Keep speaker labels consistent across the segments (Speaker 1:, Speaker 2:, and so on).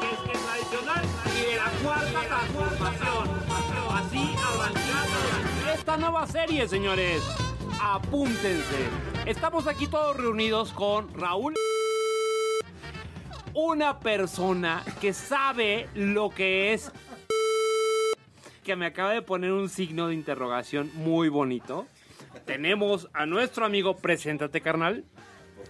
Speaker 1: Desde tradicional y de la cuarta transformación. Así avanzando. Esta nueva serie, señores. Apúntense. Estamos aquí todos reunidos con Raúl. Una persona que sabe lo que es. Que me acaba de poner un signo de interrogación muy bonito. Tenemos a nuestro amigo, preséntate, carnal.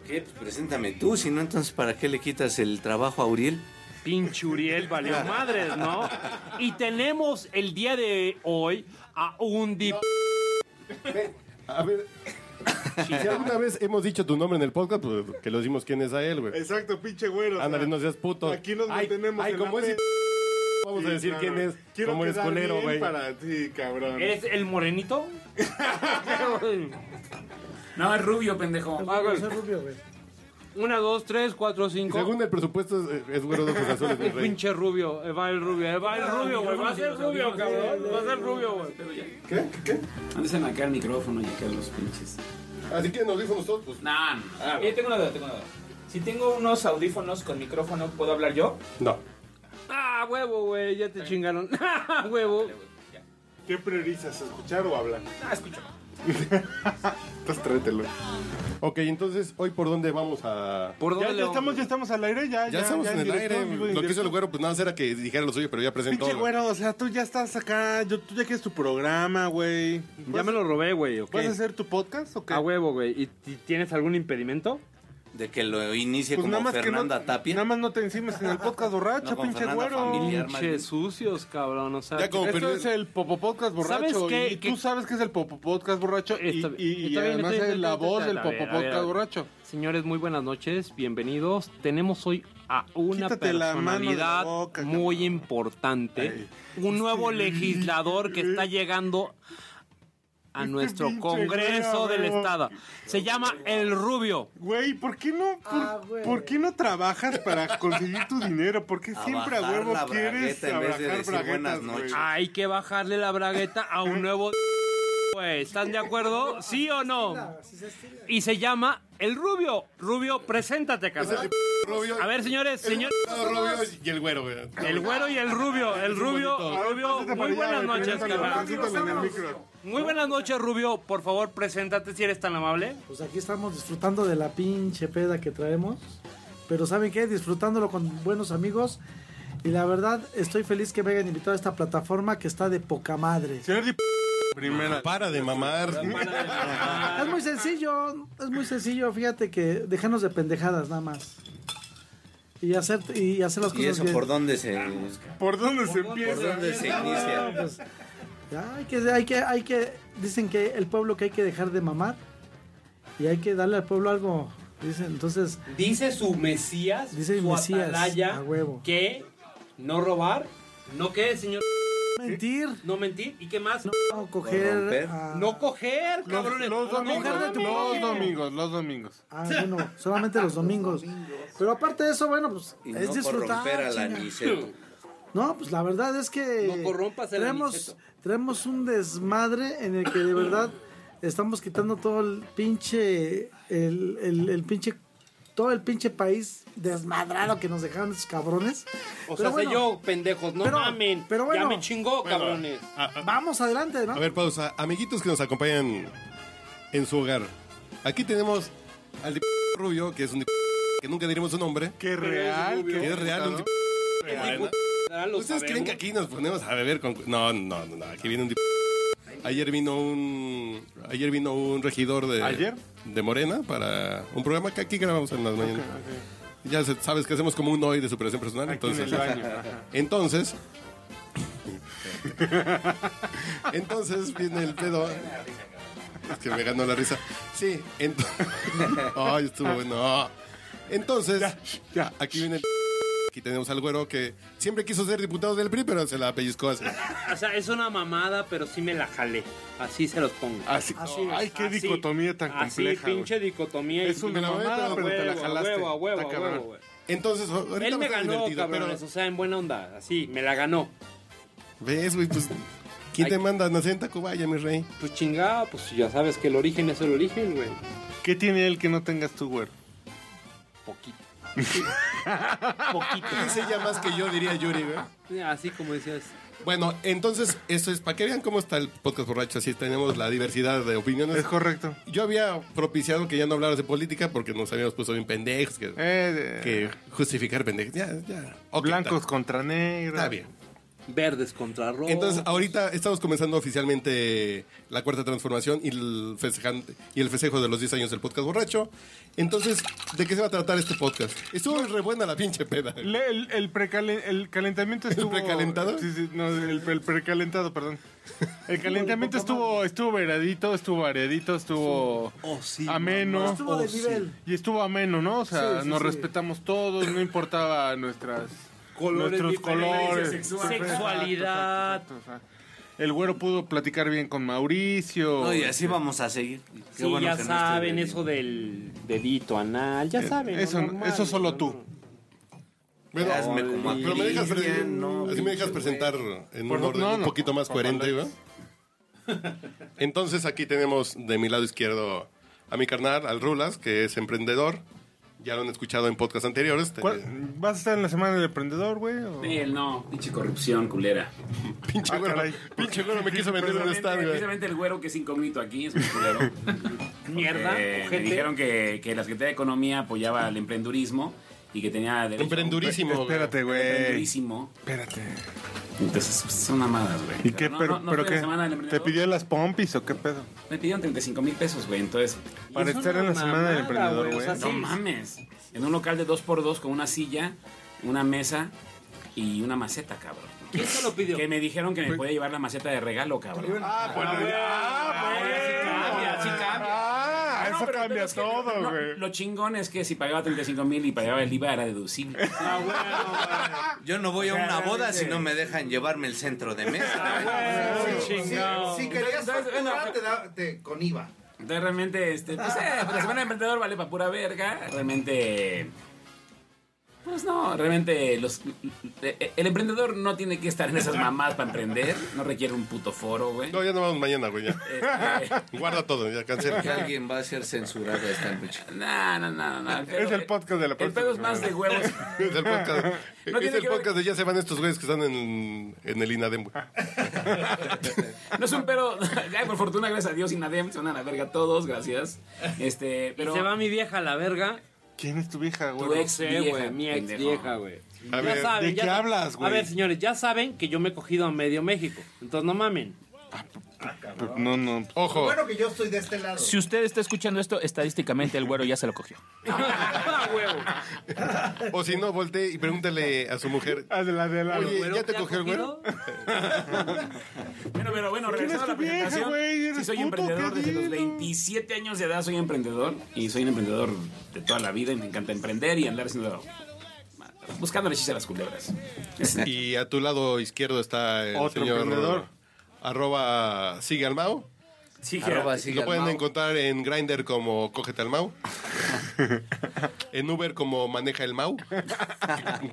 Speaker 2: ¿Qué? Pues preséntame tú, si no, entonces, ¿para qué le quitas el trabajo a Uriel?
Speaker 1: Pinchuriel valió madres, ¿no? Y tenemos el día de hoy a un dip.
Speaker 3: A ver. Si alguna vez hemos dicho tu nombre en el podcast, pues que lo dimos quién es a él, güey.
Speaker 4: Exacto, pinche güero. o
Speaker 3: Ándale,
Speaker 4: sea,
Speaker 3: no seas puto.
Speaker 4: Aquí nos
Speaker 3: Ay,
Speaker 4: mantenemos
Speaker 3: Ay,
Speaker 4: en
Speaker 3: como
Speaker 4: la
Speaker 3: es
Speaker 4: fe.
Speaker 3: Vamos a
Speaker 4: Sí,
Speaker 3: decir
Speaker 4: claro.
Speaker 3: quién es.
Speaker 4: Quiero
Speaker 3: como eres
Speaker 4: quedar
Speaker 3: culero,
Speaker 4: bien
Speaker 3: güey.
Speaker 4: para ti, cabrón.
Speaker 1: ¿Eres el morenito?
Speaker 5: No, es rubio, pendejo.
Speaker 1: Ah, güey. Una, dos, tres, cuatro, cinco.
Speaker 3: Según el presupuesto, es, es güero de ojos azules, mi
Speaker 1: Un
Speaker 3: rey.
Speaker 1: pinche rubio, eh, va el rubio, eh, va el rubio, güey, va a ser rubio, cabrón, va a ser rubio, güey.
Speaker 3: ¿Qué? ¿Qué?
Speaker 5: Antes acá el micrófono y acá los pinches.
Speaker 3: Así que nos dijo nosotros, pues.
Speaker 5: Nah, no.
Speaker 6: Yo Eh, tengo una duda, tengo una duda. Si tengo unos audífonos con micrófono, ¿puedo hablar yo?
Speaker 3: No.
Speaker 1: Ah, huevo, güey, ya te chingaron. Ah, huevo.
Speaker 4: ¿Qué priorizas, escuchar o hablar?
Speaker 6: Ah, escucho.
Speaker 4: Entonces tráetelo.
Speaker 3: Ok, entonces, ¿hoy por dónde vamos a...?
Speaker 1: ¿Por
Speaker 4: Ya,
Speaker 1: dónde
Speaker 4: ya
Speaker 1: le vamos?
Speaker 4: estamos, ya estamos al aire, ya.
Speaker 3: Ya, estamos en el
Speaker 4: directo,
Speaker 3: aire.
Speaker 4: vivo y en
Speaker 3: Lo que hizo el
Speaker 4: directo.
Speaker 3: güero, pues nada, más era que dijera lo suyo, pero ya presentó.
Speaker 4: Pinche
Speaker 3: güey.
Speaker 4: güero, o sea, tú ya estás acá, yo, tú ya quieres tu programa, güey.
Speaker 3: Pues,
Speaker 1: Ya me lo robé, güey, ¿ok?
Speaker 4: ¿Vas a hacer tu podcast o qué?
Speaker 1: A huevo, güey. ¿Y y tienes algún impedimento?
Speaker 2: De que lo inicie
Speaker 4: Pues nada
Speaker 2: como
Speaker 4: más
Speaker 2: Fernanda
Speaker 4: que no,
Speaker 2: Tapia.
Speaker 4: Nada más no te encimes en el podcast borracho,
Speaker 2: No, con
Speaker 4: pinche
Speaker 2: Fernanda
Speaker 4: güero.
Speaker 2: Familiar. más
Speaker 1: Pinche
Speaker 2: bien.
Speaker 1: sucios, cabrón, o sea.
Speaker 3: Ya como
Speaker 4: Esto
Speaker 3: perdió-
Speaker 4: es el Popo Podcast borracho.
Speaker 1: ¿Sabes qué?
Speaker 4: Y
Speaker 1: ¿Qué?
Speaker 4: tú sabes que es el Popo Podcast borracho. Y,
Speaker 1: Está
Speaker 4: y,
Speaker 1: bien,
Speaker 4: y
Speaker 1: está bien,
Speaker 4: además
Speaker 1: está bien,
Speaker 4: es
Speaker 1: está
Speaker 4: la
Speaker 1: bien,
Speaker 4: voz
Speaker 1: está
Speaker 4: del
Speaker 1: bien, a ver, a
Speaker 4: Popo
Speaker 1: ver, a
Speaker 4: Podcast
Speaker 1: ver.
Speaker 4: borracho.
Speaker 1: Señores, muy buenas noches, bienvenidos. Tenemos hoy a una
Speaker 4: Quítate la mano de la
Speaker 1: personalidad
Speaker 4: boca, cabrón. este
Speaker 1: muy importante, un nuevo legislador que está llegando a
Speaker 4: Este
Speaker 1: nuestro
Speaker 4: pinche
Speaker 1: Congreso
Speaker 4: güey, a
Speaker 1: del
Speaker 4: huevo.
Speaker 1: Estado. Se llama El Rubio.
Speaker 4: Güey, ¿por qué no, por, por qué no trabajas para conseguir tu dinero? ¿Por qué
Speaker 2: A
Speaker 4: siempre a
Speaker 2: bajar
Speaker 4: huevo
Speaker 2: la bragueta en
Speaker 4: quieres
Speaker 2: vez de
Speaker 4: abrajar
Speaker 2: decir
Speaker 4: braguetas,
Speaker 2: buenas
Speaker 4: güey?
Speaker 2: noches?
Speaker 1: Hay que bajarle la bragueta a un nuevo güey. ¿Están de acuerdo? ¿Sí o no? Y se llama El Rubio. Rubio, preséntate, cabrón.
Speaker 3: Rubio-
Speaker 1: A ver, señores, señores.
Speaker 3: No, Rubio y el güero, güey.
Speaker 1: El güero y el rubio, el rubio,
Speaker 3: bonito.
Speaker 1: el rubio.
Speaker 4: Pásate
Speaker 1: Muy
Speaker 4: para allá,
Speaker 1: buenas
Speaker 4: güey,
Speaker 1: noches,
Speaker 4: preséntalo,
Speaker 1: carnal.
Speaker 4: preséntalo en el micro.
Speaker 1: Muy buenas noches, rubio. Por favor, preséntate si eres tan amable.
Speaker 7: Pues aquí estamos disfrutando de la pinche peda que traemos. Pero ¿saben qué? Disfrutándolo con buenos amigos. Y la verdad, estoy feliz que me hayan invitado a esta plataforma que está de poca madre.
Speaker 4: Señor Dip- Primera.
Speaker 3: Para de mamar.
Speaker 7: Es muy sencillo, es muy sencillo. Fíjate que dejarnos de pendejadas nada más. Y hacer, y hacer las
Speaker 2: ¿Y
Speaker 7: cosas
Speaker 2: eso
Speaker 7: bien.
Speaker 2: por dónde se,
Speaker 4: ¿Por dónde se
Speaker 2: por
Speaker 4: empieza?
Speaker 2: dónde se
Speaker 7: Ah,
Speaker 2: inicia?
Speaker 7: pues, ya, hay que, hay que, hay que, dicen que el pueblo que hay que dejar de mamar y hay que darle al pueblo algo. Dicen, entonces,
Speaker 1: Dice su Mesías,
Speaker 7: Dice
Speaker 1: su
Speaker 7: Mesías,
Speaker 1: atalaya,
Speaker 7: a huevo.
Speaker 1: que no robar, no qué, señor,
Speaker 7: mentir,
Speaker 1: no mentir. ¿Y qué más? No,
Speaker 7: no coger.
Speaker 2: Corromper.
Speaker 7: ah,
Speaker 1: coger,
Speaker 4: Los,
Speaker 1: cabrones.
Speaker 4: los
Speaker 1: No
Speaker 4: domingos,
Speaker 1: coger de tu
Speaker 4: los
Speaker 1: madre.
Speaker 4: domingos, los domingos.
Speaker 7: Ah, bueno, solamente los domingos. Pero aparte de eso, bueno, pues
Speaker 2: Y
Speaker 7: es
Speaker 2: no
Speaker 7: disfrutar.
Speaker 2: corromper al
Speaker 7: Ah, chinga.
Speaker 2: aniceto.
Speaker 7: No, pues la verdad es que
Speaker 1: No corrompas al
Speaker 7: tenemos,
Speaker 1: aniceto.
Speaker 7: tenemos un desmadre en el que de verdad estamos quitando todo el pinche el, el, el pinche todo el pinche país desmadrado que nos dejaron esos cabrones.
Speaker 1: O
Speaker 7: Pero
Speaker 1: sea,
Speaker 7: bueno,
Speaker 1: yo, pendejos, no
Speaker 7: pero-
Speaker 1: mamen.
Speaker 7: pero bueno.
Speaker 1: ya me chingó, cabrones.
Speaker 3: ah,
Speaker 7: Vamos adelante, ¿no?
Speaker 3: A ver, pausa. Amiguitos que nos acompañan en su hogar. Aquí tenemos al dip- Rubio, que es un dip- que nunca diremos su nombre.
Speaker 4: Qué
Speaker 1: Pero es
Speaker 4: real.
Speaker 1: rubio.
Speaker 4: qué
Speaker 3: Que es real. Un
Speaker 4: ¿no?
Speaker 3: dip-
Speaker 1: Ya lo
Speaker 3: ¿Ustedes creen
Speaker 1: sabemos.
Speaker 3: que aquí nos ponemos a beber con.? No, no, no. no, Aquí viene un dip- Ayer vino un. Ayer vino un regidor de.
Speaker 4: ¿Ayer?
Speaker 3: De Morena para un programa que aquí grabamos en las mañanas. Ya se- sabes que hacemos como un hoy de superación personal.
Speaker 4: Aquí en
Speaker 3: entonces.
Speaker 4: el baño. ajá.
Speaker 3: Entonces. entonces viene el pedo. Es que me ganó la risa. Sí, entonces. Ay, estuvo bueno. Entonces, aquí viene el. Aquí tenemos al güero que siempre quiso ser diputado del PRI, pero se la pellizcó así.
Speaker 1: O sea, es una mamada, pero sí me la jalé. Así se los pongo.
Speaker 4: Así,
Speaker 7: Así
Speaker 4: ay,
Speaker 7: es,
Speaker 4: qué
Speaker 1: Así,
Speaker 4: dicotomía tan
Speaker 1: así,
Speaker 4: compleja. güey.
Speaker 1: pinche dicotomía. y-
Speaker 4: Es una
Speaker 3: Me la voy a
Speaker 4: mamada,
Speaker 3: tomar,
Speaker 4: pero te la
Speaker 1: Huevo,
Speaker 4: jalaste.
Speaker 1: huevo, huevo,
Speaker 4: Está
Speaker 1: huevo,
Speaker 4: cabrón.
Speaker 1: huevo.
Speaker 3: Entonces, ahorita
Speaker 1: Él
Speaker 3: va a
Speaker 1: me
Speaker 3: estar
Speaker 1: ganó,
Speaker 3: divertido,
Speaker 1: cabrones, o sea, en buena onda, así, me la ganó.
Speaker 3: pero ves, güey, pues ¿quién
Speaker 1: Ay.
Speaker 3: te manda a nacer en Tacubaya, mi rey?
Speaker 1: Pues chingada, pues ya sabes que el origen es el origen, güey.
Speaker 4: ¿Qué tiene él que no tengas tú, güero?
Speaker 1: Poquito.
Speaker 3: Dice ya más que yo diría Yuri, güey.
Speaker 1: Así como decías.
Speaker 3: Bueno, entonces eso es para que vean cómo está el podcast borracho, así tenemos la diversidad de opiniones.
Speaker 4: Es correcto.
Speaker 3: Yo había propiciado que ya no hablaras de política porque nos habíamos puesto bien pendejos, que,
Speaker 4: Eh,
Speaker 3: que justificar pendejos. Ya, ya. Ok,
Speaker 4: blancos
Speaker 3: está-
Speaker 4: contra negros.
Speaker 3: Está bien.
Speaker 1: Verdes contra rojos.
Speaker 3: Entonces, ahorita estamos comenzando oficialmente la cuarta transformación y el, festejante, y el festejo de los 10 años del podcast borracho. Entonces, ¿de qué se va a tratar este podcast? Estuvo re buena la pinche peda.
Speaker 4: Le- el, el, precalen- el calentamiento estuvo.
Speaker 3: precalentado?
Speaker 4: Sí, sí, no, el, el precalentado, perdón. El calentamiento estuvo, estuvo veradito, estuvo variadito, estuvo
Speaker 1: Oh, sí.
Speaker 4: ameno.
Speaker 7: Estuvo
Speaker 3: Oh,
Speaker 7: de nivel.
Speaker 4: Oh, Y estuvo ameno, ¿no? O sea,
Speaker 7: Sí, sí,
Speaker 4: nos
Speaker 7: sí.
Speaker 4: respetamos todos, no importaba nuestras
Speaker 1: Colores
Speaker 4: nuestros
Speaker 1: diferentes,
Speaker 4: colores,
Speaker 1: sexual-
Speaker 4: Exacto,
Speaker 1: sexualidad.
Speaker 4: exacto, exacto, exacto. El güero pudo platicar bien con Mauricio.
Speaker 8: No, y así vamos a seguir. Qué
Speaker 1: Sí,
Speaker 8: bueno
Speaker 1: ya
Speaker 8: que no
Speaker 1: saben
Speaker 8: estoy
Speaker 1: eso del dedito anal, ya saben.
Speaker 4: Eh, eso-
Speaker 1: lo normal,
Speaker 4: eso solo
Speaker 1: lo
Speaker 4: tú.
Speaker 1: normal.
Speaker 3: Pero,
Speaker 8: Hazme como a
Speaker 3: pero me dejas,
Speaker 8: Cristian,
Speaker 3: pre-
Speaker 8: no,
Speaker 3: así me dejas presentar en
Speaker 4: Por
Speaker 3: un
Speaker 4: fa-
Speaker 3: orden
Speaker 4: no,
Speaker 3: un
Speaker 4: no,
Speaker 3: poquito más
Speaker 4: por
Speaker 3: coherente,
Speaker 4: favor.
Speaker 3: ¿verdad? Entonces aquí tenemos de mi lado izquierdo a mi carnal, al Rulas, que es emprendedor. Ya lo han escuchado en podcasts anteriores. Te-
Speaker 4: ¿Cuál- ¿Vas a estar en la semana del emprendedor, güey? o?
Speaker 9: Sí, el no. Pinche corrupción, culera.
Speaker 3: Pinche
Speaker 4: Ah,
Speaker 3: güero,
Speaker 4: caray.
Speaker 3: pinche güero me quiso vender un
Speaker 9: Precisamente,
Speaker 3: estadio.
Speaker 9: precisamente el güero que es incógnito aquí es un culero.
Speaker 1: Mierda,
Speaker 9: Eh, me
Speaker 1: ojete.
Speaker 9: dijeron que, que la Secretaría de Economía apoyaba el emprendurismo y que tenía derecho
Speaker 3: Emprendurísimo. güey.
Speaker 4: Espérate,
Speaker 9: a un
Speaker 4: güey.
Speaker 9: emprendurísimo.
Speaker 4: Espérate.
Speaker 9: Entonces, pues, son mamadas, güey.
Speaker 4: ¿Y qué?
Speaker 9: no,
Speaker 4: ¿Pero,
Speaker 9: no- no
Speaker 4: pero
Speaker 9: fue la
Speaker 4: qué?
Speaker 9: semana del
Speaker 4: ¿Te
Speaker 9: emprendedor.
Speaker 4: pidió las pompis o qué pedo?
Speaker 9: Me pidieron 35 mil pesos, güey. Entonces,
Speaker 4: Para
Speaker 1: es
Speaker 4: estar
Speaker 1: una
Speaker 4: en la semana del
Speaker 1: mamada,
Speaker 4: emprendedor,
Speaker 1: güey, o
Speaker 4: güey.
Speaker 1: sea,
Speaker 9: no mames. En un local de 2x2 con una silla, una mesa y una maceta, cabrón.
Speaker 1: ¿Quién se lo pidió?
Speaker 9: Que me dijeron que me podía llevar la maceta de regalo, cabrón.
Speaker 4: Ah, bueno,
Speaker 9: ya, sí cambia, sí cambia.
Speaker 4: Ah,
Speaker 9: Ah, no,
Speaker 4: eso
Speaker 9: pero el
Speaker 4: cambia
Speaker 9: pedo es que
Speaker 4: todo,
Speaker 9: no,
Speaker 4: güey.
Speaker 9: Lo chingón es que si pagaba 35 mil y pagaba el IVA era deducible.
Speaker 8: estoy bien. Yo no voy a una boda si no me dejan Ah, llevarme el centro de mesa.
Speaker 10: Si, si querías
Speaker 9: Entonces, bueno,
Speaker 10: facturar, te da- te- con IVA.
Speaker 9: Entonces realmente, este, pues, eh, pues, la semana de emprendedor vale para pura verga. Realmente. Pues no, realmente los, eh, el emprendedor no tiene que estar en esas mamás para emprender. No requiere un puto foro, güey.
Speaker 3: No, ya nos vamos mañana, güey. ya.
Speaker 9: Este,
Speaker 3: Guarda todo, ya cancela.
Speaker 8: Que alguien va a ser censurado esta noche.
Speaker 9: Ah, No, no, no, no.
Speaker 4: Es el podcast de la
Speaker 9: El
Speaker 4: próxima
Speaker 9: pedo es más de
Speaker 4: semana.
Speaker 9: huevos.
Speaker 3: Es el podcast,
Speaker 9: No
Speaker 3: es
Speaker 9: tiene
Speaker 3: el
Speaker 9: que ver-
Speaker 3: podcast de ya se van estos güeyes que están en, en el INADEM. güey.
Speaker 4: Ah.
Speaker 9: No es un pedo. Ay, por fortuna, gracias a Dios y Nadem. Se van a la verga todos, gracias. Este,
Speaker 1: Y
Speaker 9: pero.
Speaker 1: se va mi vieja a la verga.
Speaker 4: ¿Quién es tu vieja,
Speaker 9: tu
Speaker 4: güey?
Speaker 9: ex
Speaker 1: Sí,
Speaker 9: vieja,
Speaker 1: güey, mi ex
Speaker 9: pendejo.
Speaker 1: vieja, güey.
Speaker 3: A ver,
Speaker 4: ¿de qué hablas, güey?
Speaker 1: A ver, señores, ya saben que yo me he cogido a medio México. Entonces no mamen.
Speaker 3: Ah,
Speaker 4: No, Pues, no.
Speaker 3: Ojo.
Speaker 10: Bueno, que yo estoy de este lado.
Speaker 11: Si usted está escuchando esto, estadísticamente el güero ya se lo cogió.
Speaker 1: Ah, huevo.
Speaker 3: O si no, voltee y pregúntale a su mujer.
Speaker 4: Ah, de la de la.
Speaker 3: Oye, ¿ya te
Speaker 1: has
Speaker 3: cogió el güero?
Speaker 1: cogido?
Speaker 9: Bueno, pero bueno,
Speaker 4: ¿Quién
Speaker 9: regresando a
Speaker 4: es
Speaker 9: la
Speaker 4: tu vieja,
Speaker 9: presentación.
Speaker 4: güey?
Speaker 9: sí,
Speaker 4: Eres
Speaker 9: soy
Speaker 4: puto,
Speaker 9: emprendedor
Speaker 4: ¿qué
Speaker 9: desde los
Speaker 4: digo?
Speaker 9: 27 años de edad, soy emprendedor y soy un emprendedor de toda la vida y me encanta emprender y andar haciendo buscando el chiste a las culebras.
Speaker 3: Y a tu lado izquierdo está el
Speaker 4: Otro
Speaker 3: señor
Speaker 4: emprendedor.
Speaker 3: arroba sigue al Mau.
Speaker 9: Sí,
Speaker 8: Arroba sigue
Speaker 3: Lo
Speaker 8: al
Speaker 3: pueden
Speaker 8: Mau.
Speaker 3: encontrar en Grindr como Cógete al Mau. en Uber como Maneja el Mau.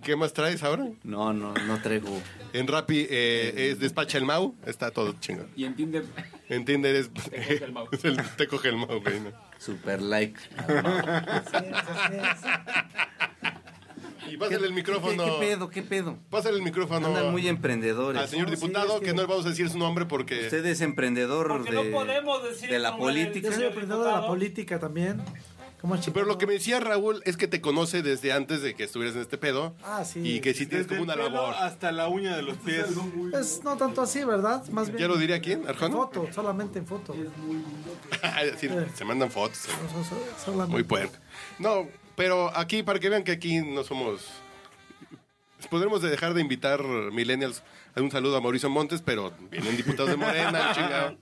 Speaker 3: ¿Qué más traes ahora?
Speaker 8: No, no, no traigo.
Speaker 3: En Rappi eh, es Despacha el Mau. Está todo chingón.
Speaker 9: Y en Tinder
Speaker 3: En Tinder es... Te
Speaker 9: coge el Mau.
Speaker 3: te coge el Mau, güey, ¿no?
Speaker 8: Super like.
Speaker 3: Y pásale el micrófono.
Speaker 8: ¿Qué, qué pedo? ¿Qué pedo?
Speaker 3: Pásale el micrófono
Speaker 8: Andan muy
Speaker 3: al
Speaker 8: emprendedores.
Speaker 3: señor diputado, que no le vamos a decir su nombre porque...
Speaker 8: Usted es emprendedor
Speaker 1: Porque
Speaker 8: de,
Speaker 1: no podemos decir
Speaker 8: de
Speaker 1: el
Speaker 8: la
Speaker 1: nombre del-
Speaker 8: política.
Speaker 7: Yo soy emprendedor de la política también. ¿Cómo chingado?
Speaker 3: Pero lo que me decía Raúl es que te conoce desde antes de que estuvieras en este pedo.
Speaker 7: Ah, sí.
Speaker 3: Y que sí tienes como una labor.
Speaker 4: Hasta la uña de los pies.
Speaker 7: Es no tanto así, ¿verdad? Más bien.
Speaker 3: ¿Ya lo diría quién?
Speaker 7: en
Speaker 3: ¿Arjona?
Speaker 7: foto, solamente en foto.
Speaker 3: Ah, sí,
Speaker 7: Eh.
Speaker 3: se mandan fotos. eh.
Speaker 7: O sea, so- solamente.
Speaker 3: Muy pues. puerco. No, pero aquí, para que vean que aquí no somos... Podremos de dejar de invitar millennials a un saludo a Mauricio Montes, pero vienen diputados de Morena, chingado.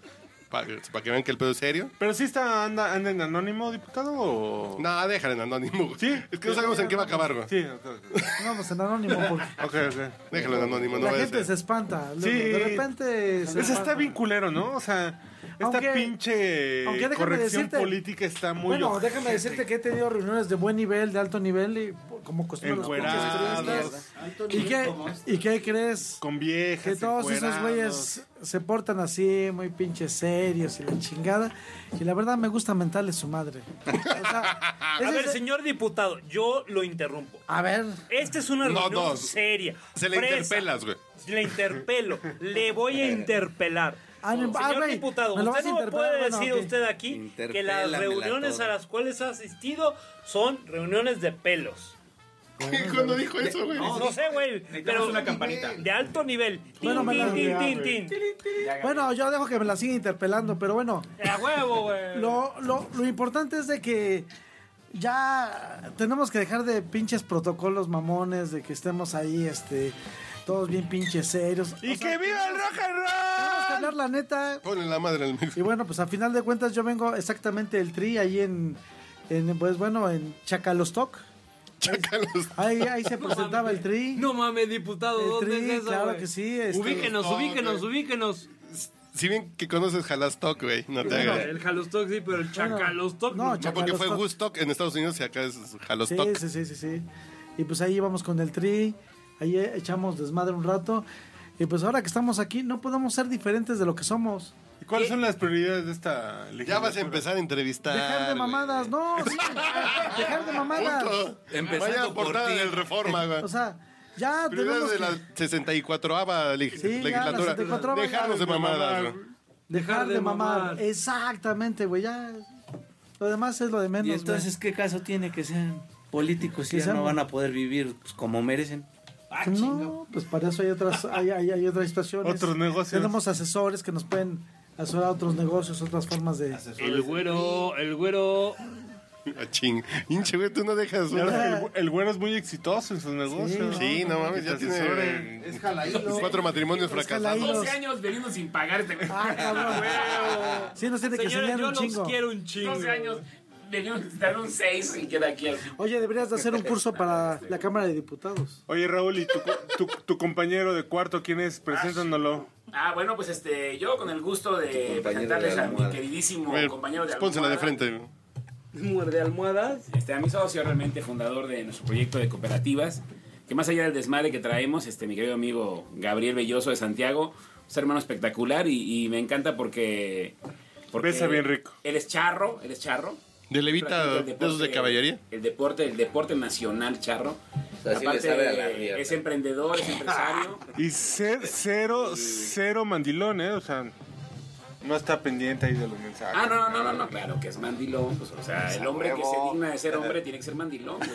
Speaker 3: Para que, pa' que vean que el pedo es serio.
Speaker 4: Pero sí está, anda, anda en anónimo, diputado, o...
Speaker 3: No, déjale en anónimo. güey. Es que no sabemos en qué va a acabar, güey.
Speaker 4: Sí, ok, ok.
Speaker 7: No, pues en anónimo, porque
Speaker 4: Ok, ok.
Speaker 3: Déjalo en anónimo, no
Speaker 7: la
Speaker 3: vaya a
Speaker 7: gente
Speaker 3: ser.
Speaker 7: se espanta. luego,
Speaker 4: Sí.
Speaker 7: De repente se
Speaker 4: Ese está
Speaker 7: espanta.
Speaker 4: bien culero, ¿no? O sea, esta
Speaker 7: Aunque-
Speaker 4: pinche
Speaker 7: aunque déjame
Speaker 4: corrección
Speaker 7: decirte-
Speaker 4: política está muy...
Speaker 7: Bueno,
Speaker 4: ojete.
Speaker 7: déjame decirte que he tenido reuniones de buen nivel, de alto nivel, y como costumbre los
Speaker 4: Encuerados.
Speaker 7: pinches periodistas. ¿Y qué, ¿Y qué crees?
Speaker 4: Con viejas,
Speaker 7: Que todos esos
Speaker 4: este, encuerados.
Speaker 7: güeyes se portan así, muy pinches serios y la chingada. Y la verdad me gusta mentarle su madre. O sea,
Speaker 6: A
Speaker 7: ese
Speaker 6: ver,
Speaker 7: es-
Speaker 6: señor diputado, yo lo interrumpo.
Speaker 7: A ver.
Speaker 6: Esta es una
Speaker 3: No,
Speaker 6: reunión
Speaker 3: no.
Speaker 6: seria.
Speaker 3: Se le
Speaker 6: fresa.
Speaker 3: interpelas, güey.
Speaker 6: Le interpelo. le voy a interpelar.
Speaker 7: Ah, no, ah,
Speaker 6: Señor
Speaker 7: güey,
Speaker 6: diputado,
Speaker 7: ¿me lo vas
Speaker 6: usted
Speaker 7: a
Speaker 6: no me
Speaker 7: interpelar?
Speaker 6: puede
Speaker 7: Bueno,
Speaker 6: decir
Speaker 7: ok.
Speaker 6: usted aquí que las
Speaker 12: Interpélamela
Speaker 6: reuniones
Speaker 12: toda.
Speaker 6: a las cuales ha asistido son reuniones de pelos.
Speaker 3: ¿Cuándo dijo eso, güey?
Speaker 6: No, sé, güey, pero
Speaker 13: Necesitamos una campanita.
Speaker 6: de alto nivel.
Speaker 7: Bueno,
Speaker 6: Tin,
Speaker 7: me la-
Speaker 6: tin, tin, tin, tin.
Speaker 7: Bueno, yo dejo que me la siga interpelando, pero bueno,
Speaker 6: A huevo, güey.
Speaker 7: lo, lo, lo importante es de que ya tenemos que dejar de pinches protocolos mamones, de que estemos ahí, este, todos bien pinches serios.
Speaker 4: ¡Y
Speaker 7: O sea,
Speaker 4: que viva el rock and
Speaker 7: tenemos que
Speaker 4: roll!
Speaker 7: hablar la neta.
Speaker 3: Ponle la madre en el mix.
Speaker 7: Y bueno, pues a final de cuentas yo vengo exactamente del tri ahí en, en, pues bueno, en Chacalostoc.
Speaker 3: Chácalos.
Speaker 7: Ahí, ahí se presentaba el tri.
Speaker 1: No mames, diputado,
Speaker 7: el
Speaker 1: ¿dónde
Speaker 7: tri,
Speaker 1: es eso?
Speaker 7: claro
Speaker 1: güey?
Speaker 7: que sí. este,
Speaker 1: ubíquenos,
Speaker 3: No,
Speaker 1: ubíquenos,
Speaker 3: güey.
Speaker 1: ubíquenos.
Speaker 3: Si bien que conoces Jalastock, güey, no te
Speaker 1: Bueno,
Speaker 3: hagas.
Speaker 1: el Jalostock sí, pero el pues,
Speaker 7: bueno,
Speaker 1: Chacalostock.
Speaker 7: No,
Speaker 3: No, porque fue
Speaker 7: Chacalostoc.
Speaker 3: Gustock en Estados Unidos y acá es
Speaker 7: Sí,
Speaker 3: Jalostock.
Speaker 7: sí, sí, sí, sí. Y pues ahí íbamos con el tri, ahí e- echamos desmadre un rato. Y pues ahora que estamos aquí, no podemos ser diferentes de lo que somos.
Speaker 4: ¿Y cuáles son las prioridades de esta
Speaker 3: Ya
Speaker 4: legislatura?
Speaker 3: vas a empezar a entrevistar.
Speaker 7: Dejar de
Speaker 3: güey.
Speaker 7: mamadas, no, sí, dejar de mamadas.
Speaker 3: Punto.
Speaker 12: Empezando
Speaker 3: Vaya
Speaker 12: por
Speaker 3: portada
Speaker 12: ti.
Speaker 3: del Reforma, güey.
Speaker 7: O sea,
Speaker 4: Ah,
Speaker 7: ya
Speaker 3: Prioridades
Speaker 7: tenemos
Speaker 3: de
Speaker 7: que
Speaker 3: la 64ava leg-
Speaker 7: Sí, ya, la
Speaker 3: legislatura.
Speaker 7: 64ava
Speaker 3: Dejarnos de
Speaker 4: ya.
Speaker 3: mamadas, güey.
Speaker 7: dejar de mamar. Exactamente, güey, ya. Lo demás es lo de menos.
Speaker 6: Y
Speaker 7: güey.
Speaker 6: entonces, ¿qué caso tiene que sean políticos
Speaker 7: si Que ya sean- no van
Speaker 6: a poder vivir como merecen?
Speaker 2: Ah,
Speaker 7: No, pues para eso hay otras, hay, hay, hay otras situaciones.
Speaker 4: Otros negocios.
Speaker 7: Tenemos asesores que nos pueden asesorar otros negocios, otras formas de.
Speaker 1: El güero, el güero.
Speaker 3: Ah, ching. Hinche, güey, tú no dejas.
Speaker 4: Ya
Speaker 3: güey.
Speaker 4: ves que el, güey- el güero es muy exitoso en sus negocios.
Speaker 3: Sí, no mames,
Speaker 4: Que
Speaker 3: ya
Speaker 4: te asesoren.
Speaker 3: tiene
Speaker 2: Es jalaílo.
Speaker 3: cuatro matrimonios fracasados.
Speaker 7: jalaílo.
Speaker 9: 12 años bebiendo sin pagar este güey.
Speaker 7: Ah, cabrón. Sí, nos tiene que
Speaker 6: Señores,
Speaker 7: enseñar
Speaker 6: yo
Speaker 7: un
Speaker 6: los
Speaker 7: chingo.
Speaker 6: quiero un chingo.
Speaker 9: 12 años bebiendo sin dar un 6 y queda aquí así.
Speaker 7: Oye, deberías de hacer un curso para la Cámara de Diputados.
Speaker 4: Oye, Raúl, ¿y tu, co- tu, tu compañero de cuarto quién es? Preséntanoslo.
Speaker 9: Ah, bueno, pues este, yo con el gusto de
Speaker 12: compañero
Speaker 9: presentarles
Speaker 12: de
Speaker 9: a mi
Speaker 12: almohada.
Speaker 9: queridísimo
Speaker 3: Güey,
Speaker 9: compañero de
Speaker 3: pues, Pónsela de
Speaker 9: almohada.
Speaker 3: frente. güey.
Speaker 1: Muerde almohadas.
Speaker 9: Este, a mi socio, realmente fundador de nuestro proyecto de cooperativas, que más allá del desmadre que traemos, este, mi querido amigo Gabriel Belloso de Santiago, es hermano espectacular y, y me encanta porque, porque...
Speaker 4: Besa bien rico.
Speaker 9: Él es charro, él es charro.
Speaker 3: De levita,
Speaker 9: Practica
Speaker 3: de
Speaker 9: el
Speaker 3: esos de
Speaker 9: deporte-
Speaker 3: caballería.
Speaker 9: El deporte, el deporte nacional charro.
Speaker 12: sea, sí le sabe a la mierda.
Speaker 9: es emprendedor, es empresario.
Speaker 4: Y ce- cero, cero mandilón, ¿eh? O sea, no está pendiente ahí de los mensajes.
Speaker 9: Ah, no, no, no, no, claro, que es mandilón. Pues, o sea, el hombre que se digna de ser hombre tiene que ser mandilón, güey.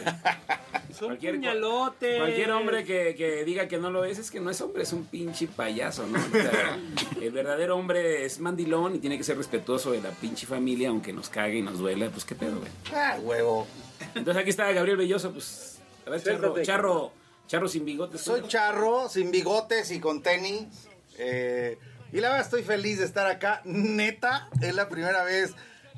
Speaker 1: Son
Speaker 9: Cualquier-
Speaker 1: puñalotes.
Speaker 9: Cualquier hombre que, que diga que no lo es, es que no es hombre, es un pinche payaso, ¿no? O sea, el verdadero hombre es mandilón y tiene que ser respetuoso de la pinche familia, aunque nos cague y nos duela, pues qué pedo, güey.
Speaker 12: Ah, huevo.
Speaker 9: Entonces aquí está Gabriel Belloso, pues. A ver, charro,
Speaker 1: Siéntate.
Speaker 9: charro, charro sin bigotes.
Speaker 2: Soy charro, sin bigotes y con tenis. eh, y la verdad estoy feliz de estar acá. Neta, es la primera vez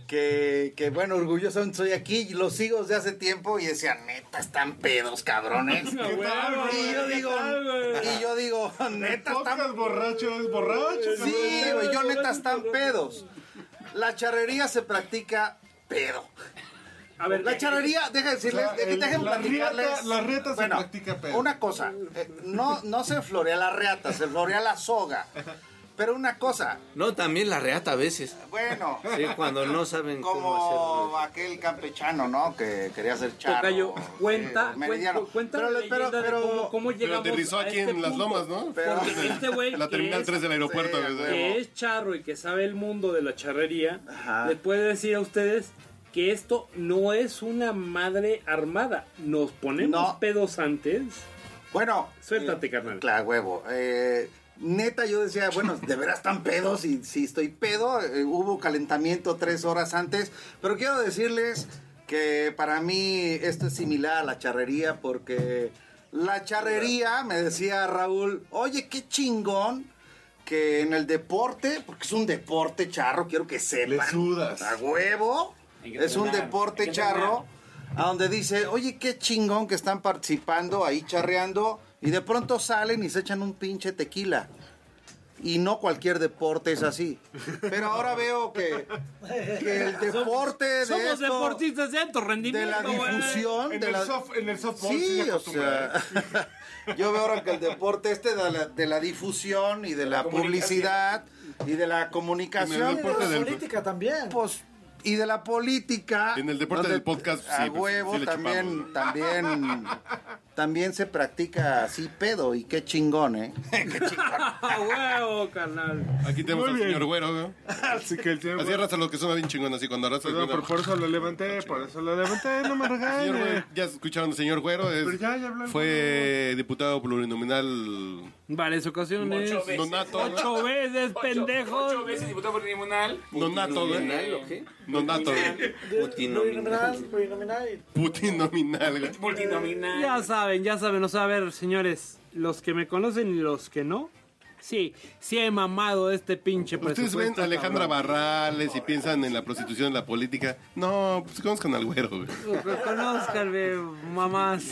Speaker 2: que, que, bueno, orgullosamente soy aquí. y Los sigo desde hace tiempo y decía, neta, están pedos, cabrones. y yo digo, y yo digo, neta, están
Speaker 4: borracho, es borracho.
Speaker 2: Sí, güey, yo neta están pedos. La charrería se practica pedo.
Speaker 1: A ver, eh,
Speaker 2: La charrería, deja decirles,
Speaker 4: O sea, el-
Speaker 2: dejen
Speaker 4: la
Speaker 2: platicarles.
Speaker 4: riata- la riata se practica pedo.
Speaker 2: Una cosa, eh, no, no se florea la reata, se florea la soga. Pero una cosa,
Speaker 12: No, también la reata a veces.
Speaker 2: bueno,
Speaker 12: Sí, cuando no saben cómo hacerlo.
Speaker 2: como aquel campechano, ¿no? Que quería ser charro.
Speaker 1: Tocayo,
Speaker 2: sí,
Speaker 1: cuenta,
Speaker 2: meridiano.
Speaker 1: cuenta, cuenta
Speaker 2: Pero-
Speaker 1: la
Speaker 2: pero-
Speaker 1: leyenda
Speaker 2: pero-
Speaker 1: de cómo, cómo
Speaker 3: Pero
Speaker 1: llegamos
Speaker 3: aterrizó
Speaker 1: a
Speaker 3: aquí
Speaker 1: este
Speaker 3: en Las
Speaker 1: punto.
Speaker 3: Lomas, ¿no?
Speaker 2: pero-
Speaker 1: Porque este güey
Speaker 3: La
Speaker 1: que
Speaker 3: terminal
Speaker 1: es-
Speaker 3: 3 del aeropuerto.
Speaker 2: Sí,
Speaker 3: güey.
Speaker 2: güey.
Speaker 1: que es charro y que sabe el mundo de la charrería,
Speaker 2: Ajá.
Speaker 1: les puede decir a ustedes que esto no es una madre armada. Nos ponemos
Speaker 2: No.
Speaker 1: pedos antes.
Speaker 2: Bueno.
Speaker 1: Suéltate,
Speaker 2: eh,
Speaker 1: carnal.
Speaker 2: Claro, huevo. Eh, neta, yo decía, bueno, de veras están pedos y si estoy pedo, eh, hubo calentamiento tres horas antes, pero quiero decirles que para mí esto es similar a la charrería porque la charrería, me decía Raúl, oye, qué chingón que en el deporte, porque es un deporte charro, quiero que sepan. Le sudas. A huevo.
Speaker 14: Hay que
Speaker 2: Es un
Speaker 14: entrenar, hay
Speaker 2: deporte
Speaker 14: que
Speaker 2: charro. A donde dice, oye, qué chingón que están participando ahí charreando. Y de pronto salen y se echan un pinche tequila. Y no cualquier deporte es así. Pero ahora veo que, que el deporte de
Speaker 15: Somos
Speaker 2: esto-
Speaker 15: deportistas de alto rendimiento.
Speaker 2: de la
Speaker 15: güey.
Speaker 2: difusión
Speaker 4: En
Speaker 2: de
Speaker 4: el
Speaker 2: la-
Speaker 4: soft- en el softball sí
Speaker 2: sí,
Speaker 4: se
Speaker 2: o sea, yo veo ahora que el deporte este de la, de la difusión y de la, publicidad y de la comunicación
Speaker 7: Y en el deporte
Speaker 2: pues,
Speaker 7: del- política también
Speaker 2: pues y de la política
Speaker 3: En el deporte
Speaker 2: donde
Speaker 3: del podcast, sí,
Speaker 2: Ah, a
Speaker 3: pues, sí
Speaker 2: huevo
Speaker 3: le
Speaker 2: también también también se practica así pedo y qué chingón eh
Speaker 1: ¡Ah, huevo, carnal!
Speaker 3: Aquí tenemos
Speaker 4: Muy
Speaker 3: al
Speaker 4: bien.
Speaker 3: señor güero, ¿no?
Speaker 4: Así que el señor
Speaker 3: Así
Speaker 4: güero-
Speaker 3: arrastra lo que suena bien chingón, así cuando arrastra
Speaker 4: Perdón, pero por eso lo levanté, por eso lo levanté, no me
Speaker 3: Señor
Speaker 4: regañes.
Speaker 3: Güero, ya escucharon al señor Güero, es-
Speaker 4: Pero ya, ya hablamos.
Speaker 3: fue diputado plurinominal.
Speaker 1: Varias ocasiones.
Speaker 3: Ocho veces. Nonato.
Speaker 1: Ocho veces, pendejo.
Speaker 9: Ocho veces diputado por tribunal.
Speaker 3: Nonato,
Speaker 9: Plurinominal,
Speaker 3: güey.
Speaker 9: ¿o qué?
Speaker 3: Nonato, güey.
Speaker 9: Plurinominal.
Speaker 7: Plurinominal, plurinominal.
Speaker 3: Putinominal, güey.
Speaker 9: Multinominal.
Speaker 1: Ya saben, ya saben. O sea, a ver, señores, los que me conocen y los que no. Sí, sí he mamado de este pinche
Speaker 3: Ustedes ven
Speaker 1: presupuesto,
Speaker 3: a Alejandra
Speaker 1: cabrón.
Speaker 3: Barrales y piensan en la prostitución, en la política. No, pues conozcan al güero, güey.
Speaker 1: Pues, Conózcanme, mamás.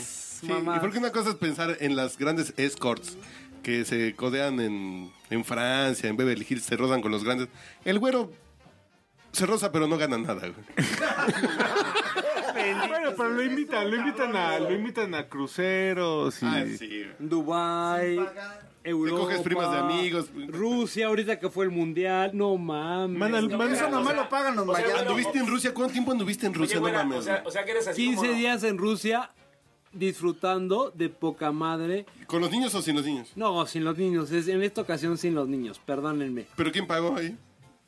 Speaker 3: Sí,
Speaker 1: mamás.
Speaker 3: y porque una cosa es pensar en las grandes escorts que se codean en, en Francia, en Beverly Hills, se rozan con los grandes. El güero se roza, pero no gana nada, güey.
Speaker 4: Bueno, pero lo invitan, lo invitan a, lo invitan a cruceros y.
Speaker 3: Ah,
Speaker 1: Dubai, Europa,
Speaker 3: coges primas de amigos. pues,
Speaker 1: Rusia, ahorita que fue el mundial, no mames.
Speaker 4: Manda-
Speaker 1: No,
Speaker 4: manda-
Speaker 1: mira,
Speaker 4: eso nomás
Speaker 1: o sea,
Speaker 4: lo pagan
Speaker 9: o
Speaker 4: los
Speaker 9: sea,
Speaker 4: mayas.
Speaker 9: bueno,
Speaker 3: ¿Anduviste en Rusia? ¿Cuánto tiempo anduviste en Rusia?
Speaker 9: güera,
Speaker 3: no mames.
Speaker 9: o sea, o sea que eres así
Speaker 1: 15
Speaker 9: como-
Speaker 1: días en Rusia disfrutando de poca madre.
Speaker 3: ¿Con los niños o sin los niños?
Speaker 1: No, sin los niños, es, en esta ocasión sin los niños, perdónenme.
Speaker 3: ¿Pero quién pagó ahí?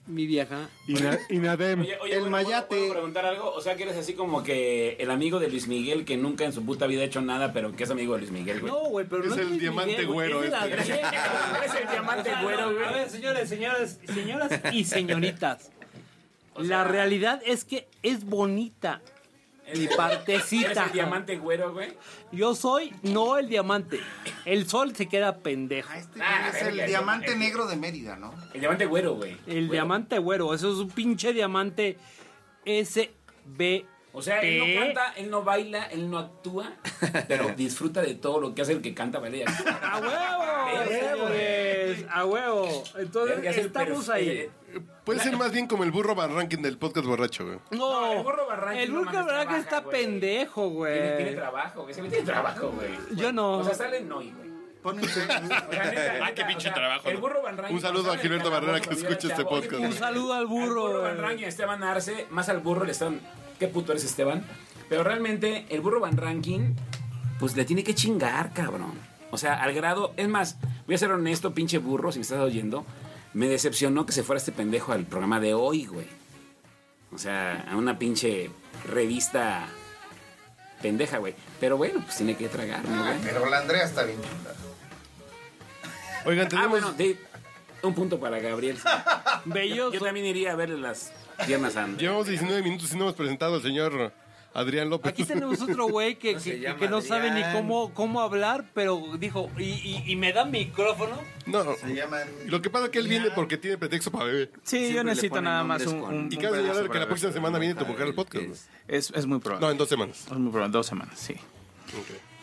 Speaker 1: Mi vieja.
Speaker 4: Inadem.
Speaker 9: Oye, oye, bueno, ¿puedo- ¿puedo preguntar algo? O sea, que eres así como que el amigo de Luis Miguel que nunca en su puta vida ha hecho nada, pero que es amigo de Luis Miguel, güey.
Speaker 1: No, güey, pero
Speaker 3: Es
Speaker 1: no
Speaker 3: el
Speaker 1: Luis
Speaker 3: diamante
Speaker 1: Miguel, güey,
Speaker 3: güero
Speaker 1: es de la
Speaker 3: este.
Speaker 1: vieja.
Speaker 9: Eres el diamante
Speaker 1: O sea,
Speaker 9: güero,
Speaker 1: no,
Speaker 9: güey.
Speaker 1: A ver, señores, señoras, señoras y señoritas. la realidad es que es bonita. Mi partecita.
Speaker 9: Eres el diamante güero, güey.
Speaker 1: Yo soy no el diamante. El sol se queda pendejo.
Speaker 9: Ah,
Speaker 2: es
Speaker 9: verga,
Speaker 2: el diamante
Speaker 9: el-
Speaker 2: negro de Mérida no
Speaker 9: El diamante güero, güey.
Speaker 1: El diamante güero, eso es un pinche diamante SB.
Speaker 9: O sea, él no canta, él no baila, él no actúa, pero disfruta de todo lo que hace el que canta, baila y actúa.
Speaker 1: ¡A huevo! señores! ¡A huevo! Entonces
Speaker 9: Verga, es el
Speaker 1: estamos
Speaker 9: perf-
Speaker 1: ahí.
Speaker 9: eh,
Speaker 3: Puede ser más bien como el burro barranquín del podcast borracho, güey.
Speaker 1: No,
Speaker 9: el burro Barranqui
Speaker 1: el
Speaker 9: no
Speaker 1: burro
Speaker 9: mames,
Speaker 1: Barranqui
Speaker 9: trabaja,
Speaker 1: está
Speaker 9: güey.
Speaker 1: pendejo,
Speaker 9: Tiene,
Speaker 1: güey.
Speaker 9: tiene trabajo, güey. Se tiene trabajo, güey.
Speaker 1: Yo no.
Speaker 9: O sea, salen hoy, güey.
Speaker 2: Pónganse-
Speaker 9: O sea, neta, neta,
Speaker 3: Ah, qué pinche
Speaker 9: o sea,
Speaker 3: trabajo,
Speaker 9: el
Speaker 3: ¿no?
Speaker 9: burro Van Ranking,
Speaker 3: Un saludo
Speaker 9: cuando
Speaker 3: a
Speaker 9: sale
Speaker 3: Gilberto
Speaker 9: en la
Speaker 3: Barrera,
Speaker 9: voz,
Speaker 3: que
Speaker 9: cuando
Speaker 3: escucha
Speaker 9: llega
Speaker 3: este
Speaker 9: el chavo, oye,
Speaker 3: podcast.
Speaker 1: Un saludo al burro. eh.
Speaker 9: Al burro Van
Speaker 1: güey.
Speaker 9: Ranking, a Esteban Arce, más al burro le están. ¿Qué puto eres, Esteban? Pero realmente, el burro Van Ranking, pues le tiene que chingar, cabrón. O sea, al grado. Es más, voy a ser honesto, pinche burro, si me estás oyendo. Me decepcionó que se fuera este pendejo al programa de hoy, güey. O sea, a una pinche revista pendeja, güey. Pero bueno, pues tiene que tragar, ¿no,
Speaker 3: Ah,
Speaker 9: güey?
Speaker 2: Ah, pero la Andrea está bien chula
Speaker 3: Oigan,
Speaker 9: Ah,
Speaker 3: tenemos...
Speaker 9: bueno, de- un punto para Gabriel.
Speaker 1: Belloso.
Speaker 9: Yo también iría a verle las piernas a Andrés.
Speaker 3: Llevamos 19 minutos y no hemos presentado al señor Adrián López.
Speaker 1: Aquí tenemos otro güey que,
Speaker 16: No se
Speaker 1: que-
Speaker 16: llama
Speaker 1: que no sabe ni
Speaker 16: Adrián.
Speaker 1: cómo, cómo hablar, pero dijo, y, y- y me da micrófono.
Speaker 3: No,
Speaker 2: se llaman
Speaker 3: lo que pasa es que él viene porque tiene pretexto para beber.
Speaker 6: Sí, yo
Speaker 16: Siempre le
Speaker 6: necesito
Speaker 16: ponen
Speaker 6: nada más
Speaker 16: nombres
Speaker 6: un.
Speaker 16: con-
Speaker 6: un-
Speaker 3: Y
Speaker 6: un pedazo
Speaker 3: cabe señalar que
Speaker 6: para
Speaker 3: la
Speaker 6: ver
Speaker 3: próxima
Speaker 6: si
Speaker 3: semana
Speaker 6: lo
Speaker 3: viene tu
Speaker 6: local,
Speaker 3: mujer al podcast.
Speaker 6: que Es, es, es muy probable.
Speaker 3: No, en dos semanas.
Speaker 6: Es muy probable, dos semanas, sí.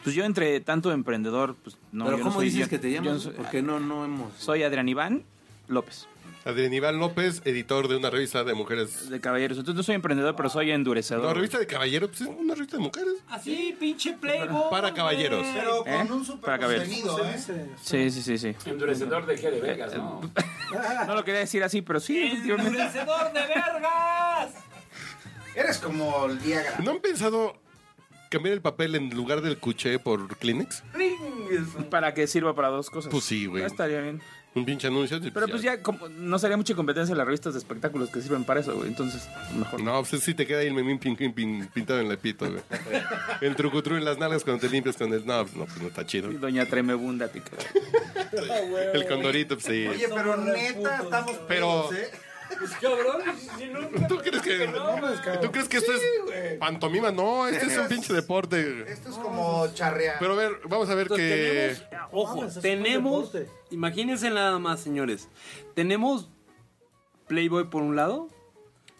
Speaker 6: Pues yo, entre tanto emprendedor, pues no.
Speaker 16: Pero
Speaker 6: yo no
Speaker 16: ¿cómo
Speaker 6: soy-
Speaker 16: dices
Speaker 6: yo-
Speaker 16: que te
Speaker 6: yo no
Speaker 16: llamas?
Speaker 6: soy-
Speaker 16: Porque no, no hemos.
Speaker 6: soy Adrián Iván López,
Speaker 3: Adrián Iván López, editor de una revista de mujeres.
Speaker 6: de Caballeros. Entonces no soy emprendedor, pero soy
Speaker 3: No,
Speaker 6: endurecedor.
Speaker 3: revista de caballeros, pues es una revista de mujeres.
Speaker 1: Así, pinche playboy.
Speaker 3: Para caballeros.
Speaker 1: güey.
Speaker 2: pero con
Speaker 6: ¿Eh?
Speaker 2: un super
Speaker 6: Para caber.
Speaker 2: contenido, ¿eh?
Speaker 6: Sí, sí, sí, sí.
Speaker 9: Endurecedor de G de Vegas, ¿no?
Speaker 6: No lo quería decir así, pero sí, efectivamente.
Speaker 1: ¡Endurecedor de vergas!
Speaker 2: Eres como el Viagra.
Speaker 3: ¿No han pensado cambiar el papel en lugar del cuché por Kleenex?
Speaker 6: Para que sirva para dos cosas.
Speaker 3: Pues sí, güey.
Speaker 6: No estaría bien.
Speaker 3: Un pinche anuncio.
Speaker 6: Pero pues ya, como- no sería mucha competencia en las revistas de espectáculos que sirven para eso, güey. Entonces, mejor.
Speaker 3: No, pues sí te queda ahí el memín pin- pin- pin- pintado en la pito, güey. El trucutru en las nalgas cuando te limpias con el... No, pues no, pues no está chido.
Speaker 6: Y Doña Tremebunda, te cago.
Speaker 3: El condorito, pues sí.
Speaker 2: Oye, pero neta, estamos
Speaker 3: Pero-
Speaker 2: pedos, ¿eh?
Speaker 1: Pues cabrón, si nunca...
Speaker 3: ¿Tú crees que,
Speaker 1: No, pues, cabrón.
Speaker 3: ¿tú crees que esto es Pantomima, no, este es un pinche deporte.
Speaker 10: Esto es como charrear.
Speaker 3: Pero a ver, vamos a ver
Speaker 1: Entonces,
Speaker 3: que.
Speaker 1: tenemos- ojo, tenemos, imagínense nada más, señores. Tenemos Playboy por un lado.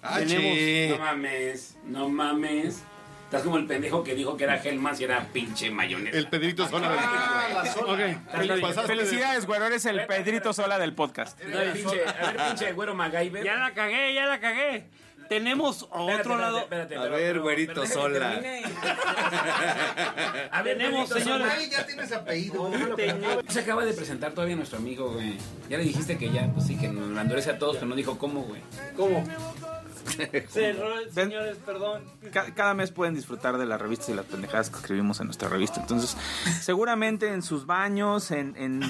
Speaker 10: Ah,
Speaker 1: Ah,
Speaker 9: No mames, no mames. Estás como el pendejo que dijo que era Hellman y era pinche mayonesa. Ah, El
Speaker 3: Pedrito es
Speaker 17: Felicidades, güero. Eres el Pedrito Sola del podcast.
Speaker 9: No, el pinche, a ver, pinche güero MacGyver.
Speaker 1: Ya la cagué, ya la cagué. Tenemos otro lado.
Speaker 9: espérate,
Speaker 1: A
Speaker 9: pero-
Speaker 1: ver,
Speaker 9: pero-
Speaker 1: güerito
Speaker 9: pero déjame
Speaker 1: Sola.
Speaker 9: que termine. A ver,
Speaker 1: Tenemos,
Speaker 9: Pedrito Sola.
Speaker 1: señores.
Speaker 10: Ay, ya tienes apellido.
Speaker 9: Se acaba de presentar todavía nuestro amigo, güey. Ya le dijiste que ya, pues sí, que nos endurece a todos, pero no dijo cómo, güey.
Speaker 18: ¿Cómo?
Speaker 6: señores,
Speaker 18: perdón.
Speaker 6: Ca- Cada mes pueden disfrutar de las revistas y las pendejadas que escribimos en nuestra revista. Entonces, seguramente en sus baños, en, en,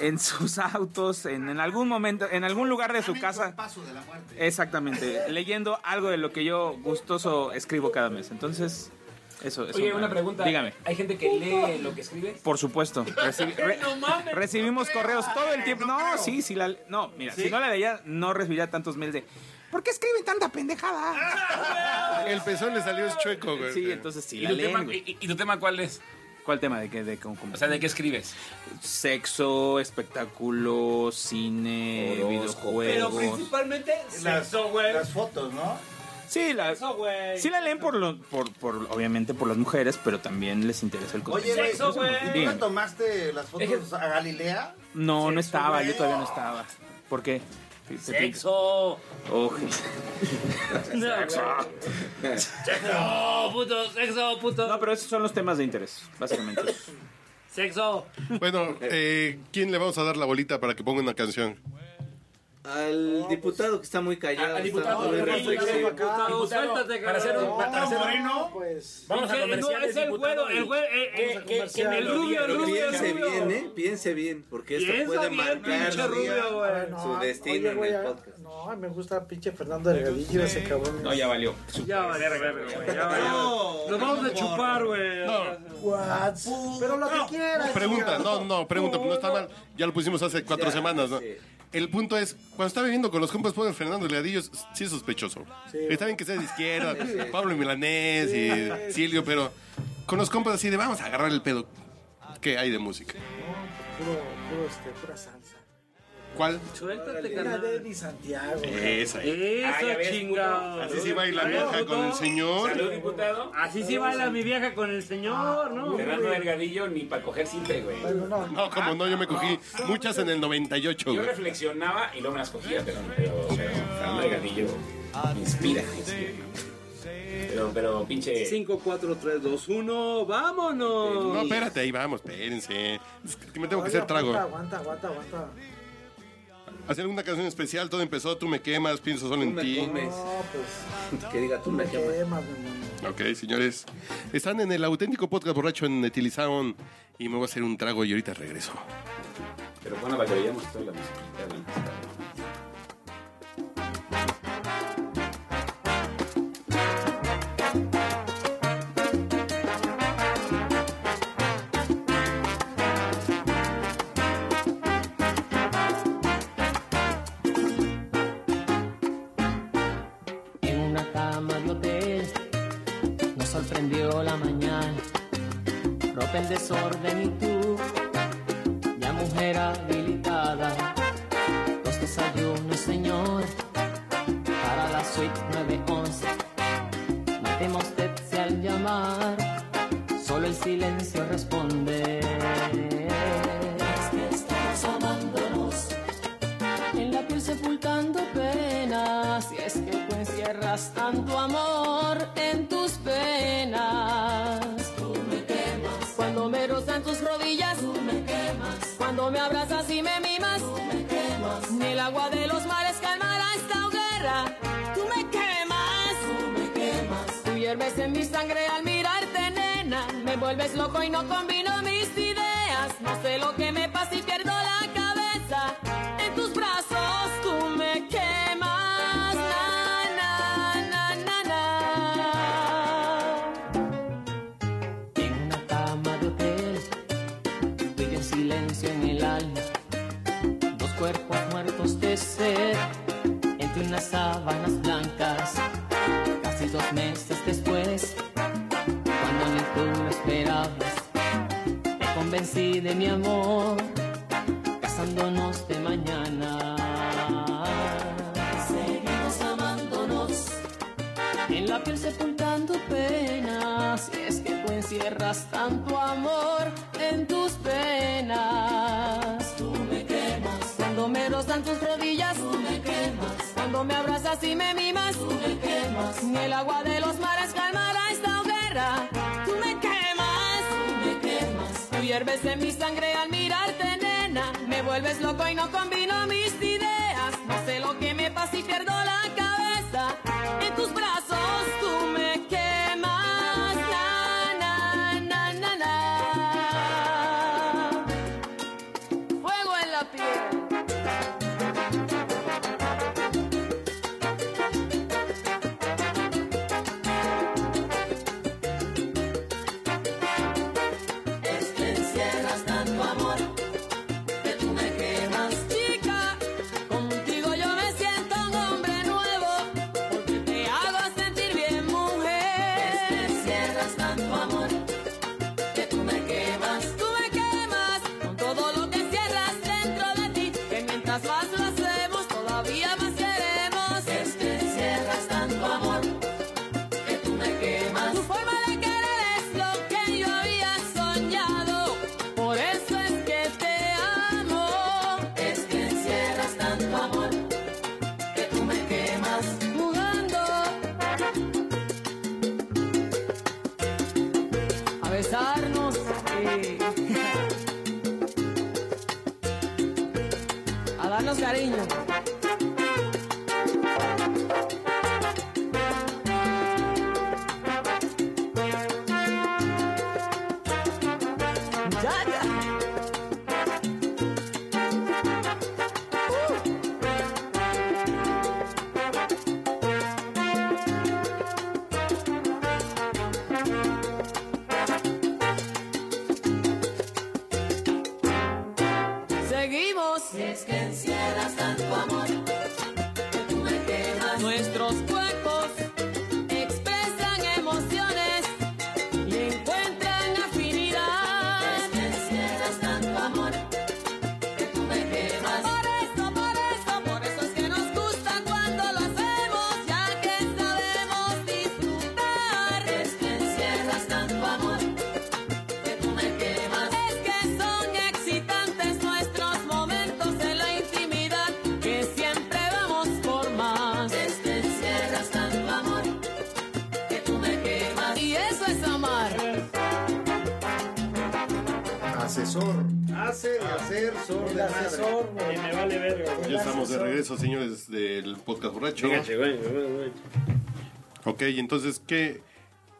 Speaker 6: en sus autos, en, en algún momento, en algún lugar de su casa.
Speaker 10: Paso de la muerte.
Speaker 6: Exactamente, leyendo algo de lo que yo gustoso escribo cada mes. Entonces, eso es.
Speaker 9: Oye, una pregunta.
Speaker 6: Dígame.
Speaker 9: ¿Hay gente que lee lo que escribes?
Speaker 6: Por supuesto. recibi- re- recibimos correos todo el tiempo. No, sí, sí la. No, mira, si no la leía, no recibiría tantos mails de. ¿Por qué escriben tanta pendejada?
Speaker 3: El pezón le salió chueco, güey.
Speaker 6: Sí, entonces sí.
Speaker 9: ¿Y
Speaker 6: la
Speaker 9: tu
Speaker 6: leen,
Speaker 9: tema-
Speaker 6: güey.
Speaker 9: y- y tu tema cuál es?
Speaker 6: ¿Cuál tema? ¿De qué? De, cómo- cómo?
Speaker 9: O sea, ¿de qué escribes?
Speaker 6: Sexo, espectáculo, cine,
Speaker 9: Horóscopo.
Speaker 18: Pero
Speaker 6: videojuegos.
Speaker 18: principalmente
Speaker 6: Las-
Speaker 18: sexo, güey.
Speaker 10: Las fotos, ¿no?
Speaker 6: Sí, la,
Speaker 18: Eso, güey.
Speaker 6: sí la leen por, lo, por, por, obviamente, por las mujeres, pero también les interesa el
Speaker 10: Oye,
Speaker 6: contenido.
Speaker 10: güey,
Speaker 6: Sexo,
Speaker 10: ¿tú le
Speaker 6: Dígame.
Speaker 10: tomaste las fotos a Galilea?
Speaker 6: No, no estaba, yo todavía no estaba. ¿Por qué?
Speaker 18: Sexo.
Speaker 6: Oje.
Speaker 18: Sexo, puto, sexo, puto.
Speaker 6: No, pero esos son los temas de interés, básicamente.
Speaker 18: Sexo.
Speaker 3: Bueno, eh, ¿quién le vamos a dar la bolita para que ponga una canción?
Speaker 1: pues,
Speaker 2: Al diputado que está muy
Speaker 18: Ah,
Speaker 2: callado.
Speaker 9: Al
Speaker 2: está
Speaker 9: diputado,
Speaker 2: muy
Speaker 9: diputado,
Speaker 2: reflexivo.
Speaker 9: diputado, Pues suéltate,
Speaker 18: Para hacer un- para hacer un-
Speaker 7: pues.
Speaker 9: Vamos a
Speaker 18: No,
Speaker 9: comerciales,
Speaker 18: es el
Speaker 9: diputado,
Speaker 18: güero, el
Speaker 9: y-
Speaker 18: güero, eh,
Speaker 9: que-
Speaker 18: eh,
Speaker 9: que-
Speaker 18: que-
Speaker 9: comercial.
Speaker 18: que el rubio, el
Speaker 2: Pero
Speaker 18: rubio, el
Speaker 2: piense
Speaker 18: rubio.
Speaker 2: bien, ¿eh? Piense bien, porque esto
Speaker 18: Piensa
Speaker 2: puede
Speaker 18: bien,
Speaker 2: marcar
Speaker 18: pinche rubio, güey.
Speaker 2: su
Speaker 7: No,
Speaker 2: destino
Speaker 7: oye, güey,
Speaker 2: en
Speaker 7: ah,
Speaker 2: el podcast.
Speaker 7: No, me gusta pinche Fernando Delgadillo, ese
Speaker 3: ah.
Speaker 7: cabrón.
Speaker 6: No, ya valió.
Speaker 18: Ya vale, ya vale. Nos vamos a chupar, güey.
Speaker 7: What? Pero lo que quieras.
Speaker 3: Pregunta,
Speaker 7: chingado.
Speaker 3: no, no, pregunta, pues no está mal. Ya lo pusimos hace cuatro semanas, ¿no? El punto es, cuando está viviendo con los compas ponen Fernando Leadillo, sí es sospechoso. está bien que sea de izquierda,
Speaker 2: Sí.
Speaker 3: Pablo y Milanés y Silvio, pero con los compas así de vamos a agarrar el pedo. ¿Qué hay de música?
Speaker 7: Puro, puro, este, pura salsa.
Speaker 3: ¿Cuál?
Speaker 1: Suéltate,
Speaker 7: Era de
Speaker 1: carnal.
Speaker 7: Eddie Santiago.
Speaker 3: Esa.
Speaker 1: Eso, chingado.
Speaker 3: Así sí baila vieja con el señor.
Speaker 9: diputado.
Speaker 1: Así sí baila mi vieja con el señor, ¿no?
Speaker 9: Fernando Delgadillo ni para coger simple, güey.
Speaker 3: No, como no, yo me cogí muchas en el 98,
Speaker 9: Yo
Speaker 3: güey.
Speaker 9: reflexionaba y luego me las cogía, pero, pero, pero Fernando Delgadillo me inspira, me inspira. Pero, pero pinche.
Speaker 2: 5, 4, 3, 2, 1, vámonos.
Speaker 3: No, espérate, ahí vamos, espérense. Es que me tengo que
Speaker 7: Oye,
Speaker 3: hacer trago.
Speaker 7: Aguanta, aguanta, aguanta, aguanta.
Speaker 3: Hacer una canción especial, todo empezó, tú me quemas, pienso solo en ti.
Speaker 7: No, pues,
Speaker 2: Que diga tú
Speaker 7: me
Speaker 2: me quemas.
Speaker 7: quemas, mi hermano.
Speaker 3: Ok, señores. Están en el auténtico podcast borracho en Etilizaon y me voy a hacer un trago y ahorita regreso.
Speaker 9: Pero bueno, la creíamos toda la musiquita, güey.
Speaker 19: En una cama de hotel nos sorprendió la mañana, ropa en desorden y tú, ya mujer habilitada. Los desayunos, señor, para la suite 911. Matemos tetsi al llamar, solo el silencio responde. Es que estamos amándonos en la piel sepultando penas. Y es que tú encierras tanto amor en tus penas. Tú me quemas. Cuando me rozan tus rodillas. Tú me quemas. Cuando me abrazas y me mimas. Tú me quemas. Ni el agua de los mares calmará esta hoguera. Tú me quemas. Tú me quemas. Tú hierves en mi sangre al mirarte, nena. Me vuelves loco y no combino mis ideas. No sé lo que me pasa y pierdo la cabeza. En tus brazos tú me quemas. Na, na, na, na, na. En una cama de hotel, vive en silencio en el alma. Dos cuerpos muertos de sed, entre unas sábanas blancas. Casi dos meses después. tú no esperabas. Te convencí de mi amor, casándonos de mañana. Seguimos amándonos, en la piel sepultando penas. Y es que tú encierras tanto amor en tus penas. Tú me quemas, cuando me rozan tus rodillas. Tú me quemas, cuando me abrazas y me mimas. Tú me quemas, ni el agua de los mares calmará esta hoguera. Tú me quemas, tú me quemas, tú hierves en mi sangre al mirarte, nena. Me vuelves loco y no combino mis ideas. No sé lo que me pasa y pierdo la cabeza. En tus brazos tú me quemas, na, na, na, na, na. Fuego en la piel.
Speaker 20: Es que encierras tanto amor que tú me quemas.
Speaker 19: Chica, contigo yo me siento un hombre nuevo, porque te hago sentir bien mujer.
Speaker 20: Es que encierras tanto amor que tú me quemas.
Speaker 19: Tú me quemas con todo lo que encierras dentro de ti, que mientras más lo hacemos todavía más queremos.
Speaker 20: Es que encierras tanto amor que tú me quemas.
Speaker 19: Tu forma de querer es lo que yo había soñado, por eso es que te amo.
Speaker 20: Es que encierras tanto amor que tú me quemas.
Speaker 19: Mudando a besarnos eh. y a darnos cariño. Ya, ya. Seguimos.
Speaker 20: Es que encierras tanto amor que tú me quemas.
Speaker 19: Nuestros cuerpos expresan emociones y encuentran afinidad.
Speaker 20: Es que encierras tanto amor que tú me quemas.
Speaker 19: Por eso, por eso, por eso es que nos gusta cuando lo hacemos, ya que sabemos disfrutar.
Speaker 20: Es que encierras tanto amor que tú me quemas.
Speaker 19: Es que son excitantes nuestros momentos en la intimidad, que siempre vamos por más.
Speaker 20: Es que encierras tanto amor que tú me quemas.
Speaker 19: Y eso es amar.
Speaker 10: Asesor. Hace de hacer sordo.
Speaker 18: El asesor, güey. Me vale verga, güey.
Speaker 3: Ya estamos de regreso, señores del podcast borracho.
Speaker 18: Fíjate, güey, güey, güey.
Speaker 3: Ok, entonces, ¿qué?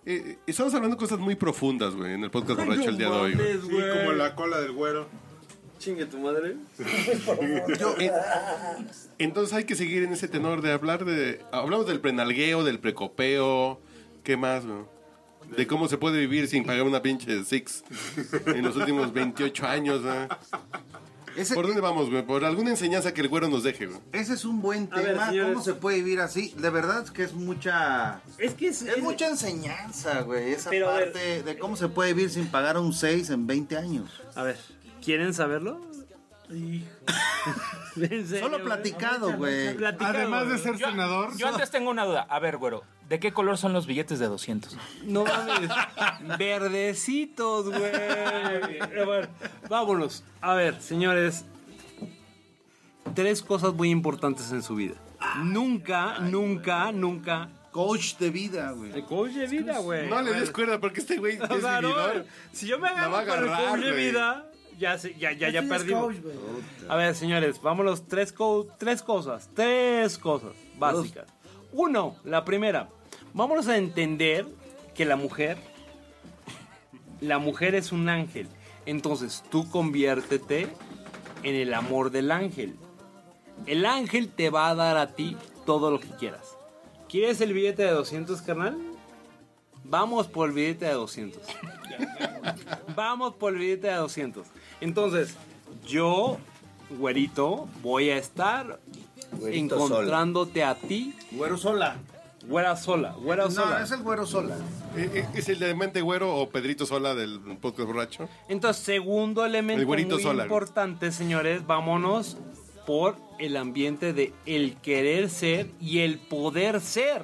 Speaker 3: Eh, estamos hablando de cosas muy profundas, güey, en el podcast borracho el día de hoy. güey.
Speaker 4: Sí, como la cola del güero.
Speaker 2: Chingue tu madre.
Speaker 3: eh, Entonces hay que seguir en ese tenor de hablar de... Hablamos del prenalgueo, del precopeo, ¿qué más, güey? De cómo se puede vivir sin pagar una pinche six en los últimos 28 años, güey. ¿Por dónde vamos, güey? Por alguna enseñanza que el güero nos deje, güey.
Speaker 10: Ese es un buen
Speaker 2: A ver,
Speaker 10: tema.
Speaker 2: señores.
Speaker 10: ¿Cómo se puede vivir así? De verdad es que es mucha.
Speaker 18: Es que es,
Speaker 10: Es mucha enseñanza, güey. Esa
Speaker 18: Pero, a ver.
Speaker 10: parte de cómo se puede vivir sin pagar un 6 en 20 años.
Speaker 1: A ver, ¿quieren saberlo?
Speaker 10: Solo platicado, güey.
Speaker 4: Además de ser
Speaker 21: Yo-
Speaker 4: senador.
Speaker 21: Yo antes tengo una duda. A ver, güero, ¿de qué color son los
Speaker 6: Este
Speaker 21: billetes de 200?
Speaker 1: No mames. Verdecitos, güey. A ver, vámonos. A ver, señores. Tres cosas muy importantes en su vida. Nunca, nunca, nunca.
Speaker 10: Coach de vida, güey.
Speaker 1: Coach de vida, güey.
Speaker 3: No le
Speaker 1: A ver.
Speaker 3: des cuerda porque este güey es
Speaker 1: O sea, no,
Speaker 3: vividor.
Speaker 1: si yo me
Speaker 3: La va a
Speaker 1: agarro con el
Speaker 3: agarrar,
Speaker 1: coach de
Speaker 3: güey.
Speaker 1: vida, ya, se- ya, ya, ya
Speaker 7: tienes
Speaker 1: perdí.
Speaker 7: coach, güey.
Speaker 1: A ver, señores, vámonos. Tres, co- tres cosas. Tres cosas básicas. Uno, la primera. Vámonos a entender que la mujer. La mujer es un ángel. Entonces tú conviértete en el amor del ángel. El ángel te va a dar a ti todo lo que quieras. ¿Quieres el billete de 200, carnal? Vamos por el billete de 200. Vamos por el billete de 200. Entonces, yo, güerito, voy a estar
Speaker 10: Güerito
Speaker 1: encontrándote a ti.
Speaker 10: Güero sola.
Speaker 1: Güera sola, güera sola.
Speaker 3: el güero sola. Eh, ¿Es el demente güero o Pedrito sola del podcast borracho?
Speaker 1: Entonces, segundo elemento
Speaker 3: El güerito
Speaker 1: muy
Speaker 3: sola.
Speaker 1: importante, señores, vámonos por el ambiente de el querer ser y el poder ser.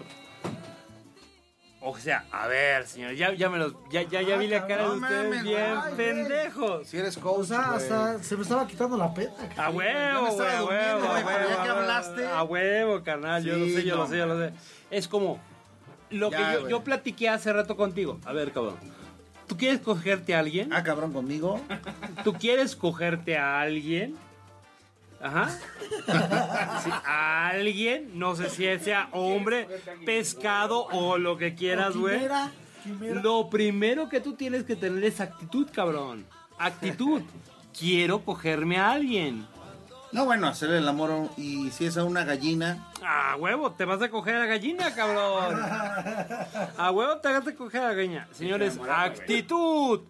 Speaker 1: O sea, a ver, señores, ya, ya me los, ya, ya, ya vi la cara de
Speaker 7: Ah, cabrón,
Speaker 1: ustedes
Speaker 7: mames,
Speaker 1: bien
Speaker 7: ay, güey.
Speaker 1: pendejos.
Speaker 10: Si eres
Speaker 7: O
Speaker 10: coach,
Speaker 7: sea,
Speaker 10: güey.
Speaker 7: hasta se me estaba quitando la peda.
Speaker 1: A
Speaker 7: cabrón.
Speaker 1: huevo,
Speaker 7: Ya me
Speaker 1: güey,
Speaker 7: estaba
Speaker 1: a
Speaker 7: durmiendo,
Speaker 1: huevo,
Speaker 7: güey,
Speaker 1: a
Speaker 7: pero
Speaker 1: huevo,
Speaker 7: ya que
Speaker 1: a huevo,
Speaker 7: hablaste.
Speaker 1: A huevo, carnal, yo lo
Speaker 7: Sí,
Speaker 1: sé, yo
Speaker 7: no
Speaker 1: lo sé, yo lo sé. Es como lo
Speaker 7: Ya,
Speaker 1: que yo,
Speaker 7: güey.
Speaker 1: yo platiqué hace rato contigo. A ver, cabrón. ¿Tú quieres cogerte a alguien? Ah,
Speaker 10: cabrón, conmigo.
Speaker 1: ¿Tú quieres cogerte a alguien? Ajá. Sí, a alguien, no sé si sea hombre, pescado o lo que quieras, güey.
Speaker 7: Quimera, quimera.
Speaker 1: Lo primero que tú tienes que tener es actitud, cabrón. Actitud. Quiero cogerme a alguien.
Speaker 10: No, bueno, hacerle el amor a un- y si es a una gallina.
Speaker 1: A huevo, te vas a coger a la gallina, cabrón. A huevo te vas a coger a la gallina. Señores, actitud.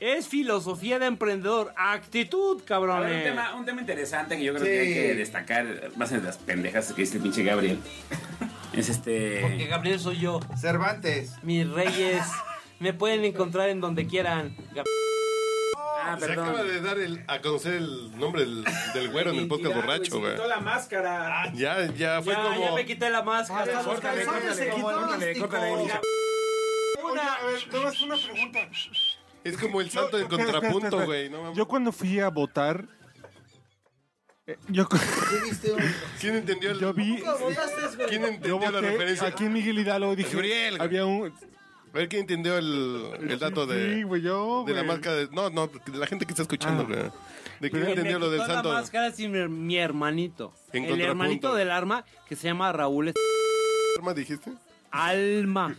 Speaker 1: Es filosofía de emprendedor. Actitud,
Speaker 9: A ver, un,
Speaker 1: cabrones.
Speaker 9: tema, un tema interesante que yo creo
Speaker 1: Sí.
Speaker 9: que hay que destacar, más en las pendejas que dice el pinche Gabriel. Es este.
Speaker 1: Porque Gabriel soy yo.
Speaker 10: Cervantes.
Speaker 1: Mis reyes. Me pueden encontrar en donde quieran. Gab-
Speaker 3: Ah, Se
Speaker 1: perdón.
Speaker 3: acaba de dar el, a conocer el nombre del, del güero en el podcast borracho, güey.
Speaker 11: quitó la máscara.
Speaker 3: Ya, ya fue
Speaker 1: ya,
Speaker 3: como.
Speaker 1: ya me quité la máscara.
Speaker 11: Hasta los
Speaker 1: Córtale,
Speaker 11: calzones se
Speaker 1: córtale,
Speaker 11: quitó,
Speaker 1: córtale,
Speaker 11: Tico.
Speaker 1: córtale, córtale.
Speaker 22: Una, a ver, nada más una pregunta.
Speaker 3: Es como el salto del
Speaker 4: Espera, espera,
Speaker 3: contrapunto,
Speaker 4: espera.
Speaker 3: güey. No mames.
Speaker 4: Yo cuando fui a votar. eh, Yo, cu-
Speaker 3: ¿Quién entendió el.?
Speaker 4: Yo vi-
Speaker 3: ¿Quién
Speaker 4: yo
Speaker 3: entendió la
Speaker 4: voté
Speaker 3: referencia?
Speaker 4: aquí en Miguel Hidalgo dije.
Speaker 3: Gabriel, güey.
Speaker 4: Había un.
Speaker 3: A ver quién entendió el, el dato de.
Speaker 4: Sí, güey, yo.
Speaker 3: de la
Speaker 4: güey.
Speaker 3: marca de. No, no, de la gente que está escuchando,
Speaker 4: Ah.
Speaker 3: güey. ¿De quién
Speaker 1: Pero
Speaker 3: entendió
Speaker 1: me
Speaker 3: lo del
Speaker 1: quitó
Speaker 3: santo?
Speaker 1: la máscara sin mi, mi hermanito.
Speaker 3: En
Speaker 1: el
Speaker 3: contrapunto.
Speaker 1: hermanito del arma que se llama Raúl.
Speaker 3: ¿Arma dijiste?
Speaker 1: Alma.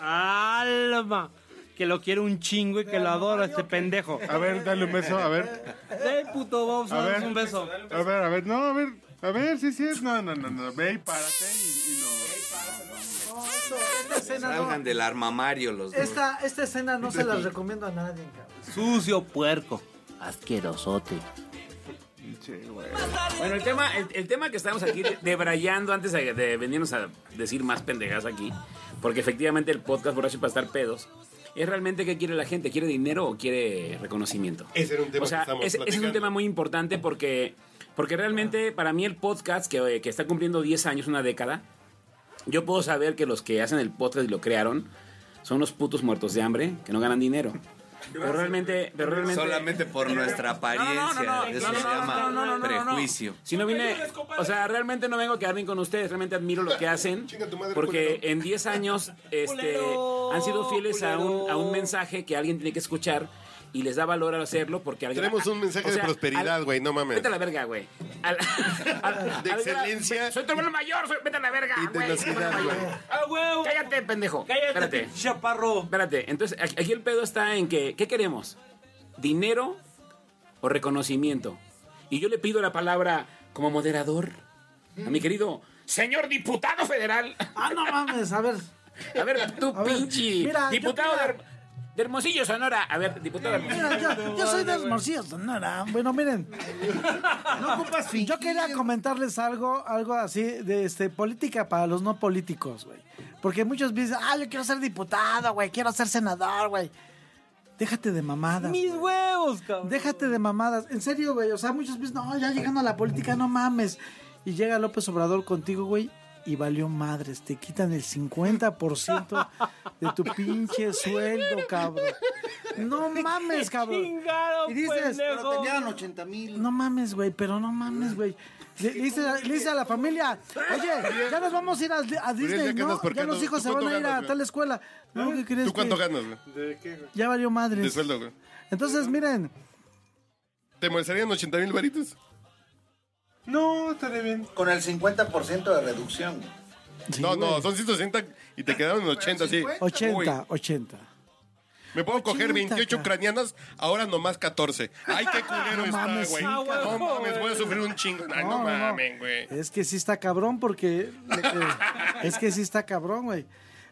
Speaker 1: Alma. Que lo quiere un chingo y que lo adora este pendejo.
Speaker 4: A ver, dale un beso, a ver.
Speaker 1: Ey, puto, vamos a,
Speaker 4: A
Speaker 1: darnos
Speaker 4: ver.
Speaker 1: un beso.
Speaker 4: A ver, a ver, no, a ver. A ver, sí, sí es. No, no, no, no. Ve y párate y, y
Speaker 7: No, esto- esta escena no-
Speaker 8: Salgan del armamario los dos.
Speaker 7: Esta, esta escena no se la recomiendo a nadie, cabrón.
Speaker 1: Sucio puerco. Asquerosote.
Speaker 9: Bueno, el tema, el, el tema que estamos aquí de- debrayando antes de, de venirnos a decir más pendejas aquí, porque efectivamente el podcast borracho para estar pedos, es realmente qué quiere la gente, quiere dinero o quiere reconocimiento.
Speaker 3: Ese era un tema
Speaker 9: O sea,
Speaker 3: que estamos
Speaker 9: ese, ese es un
Speaker 3: platicando. Ah.
Speaker 9: tema muy importante porque, porque realmente para mí el podcast, que, eh, que está cumpliendo 10 años, una década, yo puedo saber que los que hacen el podcast y lo crearon son unos putos muertos de hambre que no ganan dinero. Pero realmente, pero realmente...
Speaker 8: Solamente por nuestra apariencia. Eso se llama prejuicio.
Speaker 9: Si no vine, o sea, realmente no vengo a quedar bien con ustedes, realmente admiro lo que hacen, porque en 10 años este, han sido fieles a un, a un mensaje que alguien tiene que escuchar y les da valor al hacerlo porque alguien...
Speaker 3: Tenemos un
Speaker 9: a-
Speaker 3: mensaje
Speaker 9: o sea,
Speaker 3: de prosperidad,
Speaker 9: al-
Speaker 3: güey, no mames.
Speaker 9: Vete a la verga, güey. Al- al-
Speaker 3: De
Speaker 9: al-
Speaker 3: excelencia.
Speaker 9: Soy tu hermano mayor, soy, vete a la verga, güey.
Speaker 3: tenacidad, güey.
Speaker 1: ¡Ah, huevo!
Speaker 9: Cállate, pendejo.
Speaker 1: Cállate,
Speaker 9: Espérate.
Speaker 1: chaparro.
Speaker 9: Espérate, entonces aquí aquí el pedo está en que, ¿qué queremos? ¿Dinero o reconocimiento? Y yo le pido la palabra como moderador a mi querido señor diputado federal.
Speaker 7: Ah, no mames, a ver.
Speaker 9: A ver, tú pinche
Speaker 7: mira, yo-
Speaker 9: diputado de,
Speaker 7: mira.
Speaker 9: Herm- de Hermosillo, Sonora. A ver, diputado de Hermosillo.
Speaker 7: Mira, yo, yo soy de Hermosillo, Sonora. Bueno, miren. Yo quería comentarles algo, algo así de este, política para los no políticos, güey. Porque muchos dicen, ah, yo quiero ser diputado, güey, quiero ser senador, güey. Déjate de mamadas.
Speaker 1: Mis huevos, cabrón.
Speaker 7: Déjate de mamadas. En serio, güey. O sea, muchos dicen, no, ya llegando a la política, no mames. Y llega López Obrador contigo, güey. Y valió madres, te quitan el 50% de tu pinche sueldo, cabrón. No mames, cabrón.
Speaker 1: Chingaron,
Speaker 7: y dices,
Speaker 10: Pero tenían 80 mil.
Speaker 7: no mames, güey, pero no mames, güey. Le le dice, le dice a la familia, oye, ya nos vamos a ir a, a Disney,
Speaker 3: ya que
Speaker 7: ¿no?
Speaker 3: andas
Speaker 7: Ya
Speaker 3: porqueando,
Speaker 7: los hijos
Speaker 3: ¿tú
Speaker 7: se van
Speaker 3: cuánto
Speaker 7: a ir
Speaker 3: ganas,
Speaker 7: a
Speaker 3: güey? ¿Eh?
Speaker 7: tal escuela. No, ¿qué crees
Speaker 3: ¿Tú cuánto
Speaker 7: que-
Speaker 3: ganas, güey?
Speaker 4: ¿De qué, güey?
Speaker 7: Ya valió
Speaker 3: De
Speaker 7: madres.
Speaker 3: sueldo, güey.
Speaker 7: Entonces, miren,
Speaker 3: ¿Te molestarían 80 mil varitos?
Speaker 4: No, estaré bien.
Speaker 10: Con el 50% de reducción.
Speaker 3: no, no, son 160 y te quedaron 80, sí.
Speaker 7: 80, 80.
Speaker 3: Me puedo coger 28
Speaker 7: ca-
Speaker 3: ucranianas, ahora nomás 14. Ay, qué culero
Speaker 7: No
Speaker 3: está,
Speaker 7: mames,
Speaker 3: güey.
Speaker 7: sí,
Speaker 3: No
Speaker 7: cabrón,
Speaker 3: mames,
Speaker 7: güey.
Speaker 3: voy a sufrir un chingo. Ay, no,
Speaker 7: No, no, no.
Speaker 3: mames, güey.
Speaker 7: Es que sí está cabrón porque... lo que- es que sí está cabrón, güey.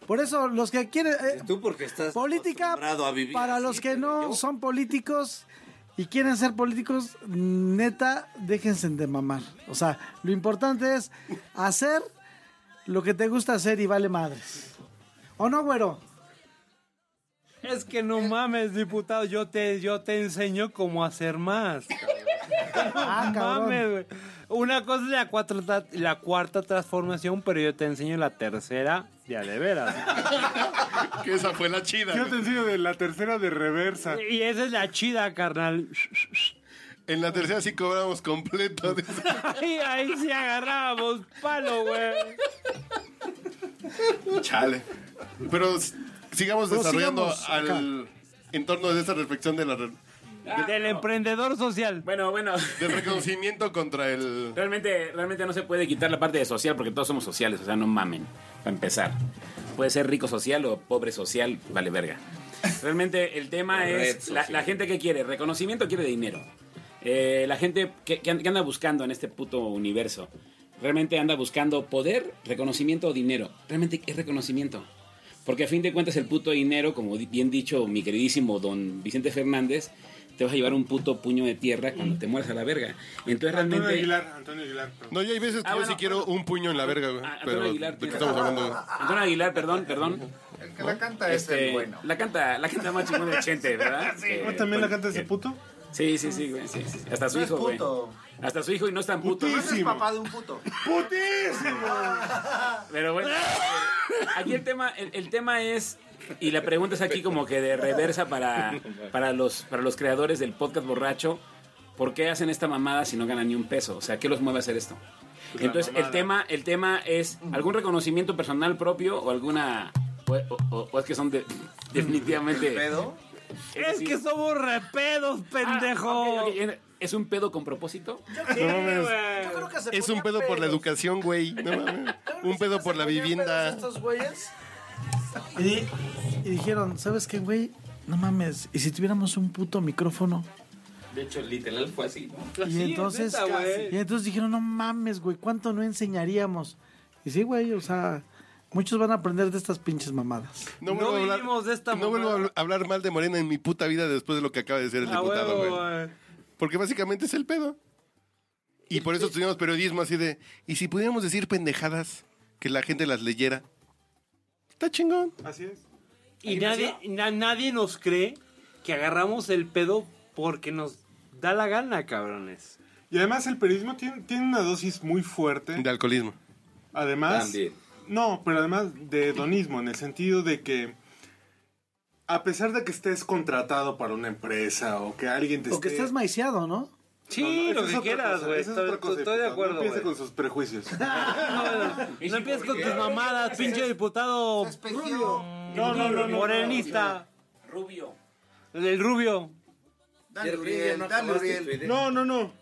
Speaker 7: Por eso, los que quieren... eh,
Speaker 8: Tú porque estás
Speaker 7: política
Speaker 8: acostumbrado a vivir
Speaker 7: para
Speaker 8: así.
Speaker 7: los que no son políticos y quieren ser políticos, neta, déjense de mamar. O sea, lo importante es hacer lo que te gusta hacer y vale madres. ¿O no, güero?
Speaker 1: Es que no mames, diputado, yo te, yo te enseño cómo hacer más. cabrón.
Speaker 7: Ah,
Speaker 1: No
Speaker 7: cabrón.
Speaker 1: mames, güey. Una cosa es la, cuatro tra- la cuarta transformación, pero yo te enseño la tercera de a de veras.
Speaker 3: Que esa fue la chida.
Speaker 4: Yo te enseño de la tercera de reversa.
Speaker 1: Y esa es la chida, carnal.
Speaker 3: En la tercera sí cobramos completo.
Speaker 1: Y ahí se agarrábamos palo, güey.
Speaker 3: Chale. Pero s- sigamos
Speaker 4: Pues
Speaker 1: Pero
Speaker 3: desarrollando
Speaker 1: sigamos
Speaker 3: al entorno de esta reflexión de Ah, la re-
Speaker 1: del emprendedor social.
Speaker 9: Bueno, bueno.
Speaker 3: del reconocimiento contra el.
Speaker 9: Realmente, realmente no se puede quitar la parte de social porque todos somos sociales, o sea, no mamen, para empezar. Puede ser rico social o pobre social, vale verga. Realmente el tema
Speaker 21: Red
Speaker 9: es la,
Speaker 21: social.
Speaker 9: la gente que quiere, reconocimiento quiere dinero. Eh, la gente que, que anda buscando en este puto universo, realmente anda buscando poder, reconocimiento o dinero. Realmente es reconocimiento. Porque a fin de cuentas el puto dinero, como di- bien dicho mi queridísimo don Vicente Fernández, te vas a llevar un puto puño de tierra cuando te mueras a la verga. Entonces
Speaker 4: Antonio
Speaker 9: realmente...
Speaker 4: Aguilar, Antonio Aguilar.
Speaker 3: No, yo hay veces que
Speaker 9: Ah,
Speaker 3: yo
Speaker 9: bueno, Ah,
Speaker 3: sí quiero un puño en la verga, güey. Pero,
Speaker 9: Antonio Aguilar.
Speaker 3: ¿de qué
Speaker 9: tiene-
Speaker 3: estamos hablando, Este güey?
Speaker 9: Antonio Aguilar, perdón, perdón. El que la
Speaker 2: canta es el bueno.
Speaker 9: La canta, la canta más chingón de Chente, ¿verdad?
Speaker 2: Sí.
Speaker 9: Que-
Speaker 4: ¿O también la
Speaker 9: bueno,
Speaker 4: canta ese puto?
Speaker 9: Sí, sí, sí, güey. sí, sí. Hasta su
Speaker 2: No es
Speaker 9: hijo, güey.
Speaker 2: puto.
Speaker 9: Hasta su hijo y no es tan puto.
Speaker 2: No es papá de un puto.
Speaker 4: ¡Putísimo!
Speaker 9: Pero bueno, eh, aquí el tema, el, el tema es, y la pregunta es aquí como que de reversa para, para, los, para los creadores del podcast borracho, ¿por qué hacen esta mamada si no ganan ni un peso? O sea, ¿qué los mueve a hacer esto?
Speaker 1: Pues
Speaker 21: La
Speaker 9: Entonces, el
Speaker 21: mamada.
Speaker 9: tema, el tema es algún reconocimiento personal propio o alguna... O, o- o es que son de- definitivamente...
Speaker 1: Es que Ah, somos repedos, pendejo.
Speaker 9: ¿Es un pedo con propósito?
Speaker 3: No mames.
Speaker 7: creo que se
Speaker 3: Es
Speaker 7: ponían
Speaker 3: un pedo por la
Speaker 7: pedos.
Speaker 3: educación, güey. No mames. Un pedo por la vivienda.
Speaker 7: Estos güeyes. Y, y dijeron, ¿sabes qué, güey? No mames, ¿y si tuviéramos un puto micrófono?
Speaker 11: De hecho, literal fue así,
Speaker 6: Pues
Speaker 11: ¿no?
Speaker 7: Y entonces, y entonces dijeron, no mames, güey, ¿cuánto no enseñaríamos? Y sí, güey, o sea, muchos van a aprender de estas pinches mamadas.
Speaker 3: No vuelvo, a, hablar, no vuelvo a habl- hablar mal de Morena en mi puta vida después de lo que acaba de decir el
Speaker 1: Ah,
Speaker 3: diputado,
Speaker 1: huevo,
Speaker 3: güey.
Speaker 1: güey.
Speaker 3: Porque básicamente es el pedo. Y por eso estudiamos periodismo así de, ¿y si pudiéramos decir pendejadas que la gente las leyera? Está chingón.
Speaker 4: Así es.
Speaker 1: Y nadie, na- nadie nos cree que agarramos el pedo porque nos da la gana, cabrones.
Speaker 4: Y además el periodismo tiene, tiene una dosis muy fuerte.
Speaker 3: De alcoholismo.
Speaker 4: Además. No, pero además de hedonismo, en el sentido de que. A pesar de que estés contratado para una empresa o que alguien
Speaker 3: este
Speaker 4: te
Speaker 7: O que
Speaker 4: esté-
Speaker 7: estés maiciado, ¿no?
Speaker 4: No, no, esa es otra cosa, esa es
Speaker 1: Estoy-
Speaker 4: otra cosa,
Speaker 1: estoy de
Speaker 4: diputado,
Speaker 1: acuerdo,
Speaker 4: No empiece
Speaker 1: güey.
Speaker 4: con sus prejuicios.
Speaker 1: No empieces con tus mamadas, pinche diputado.
Speaker 2: Rubio.
Speaker 1: No, no, no, no. Morenista.
Speaker 9: Rubio.
Speaker 1: El rubio.
Speaker 2: Dale, Uriel, dale, Uriel.
Speaker 4: No, no, no.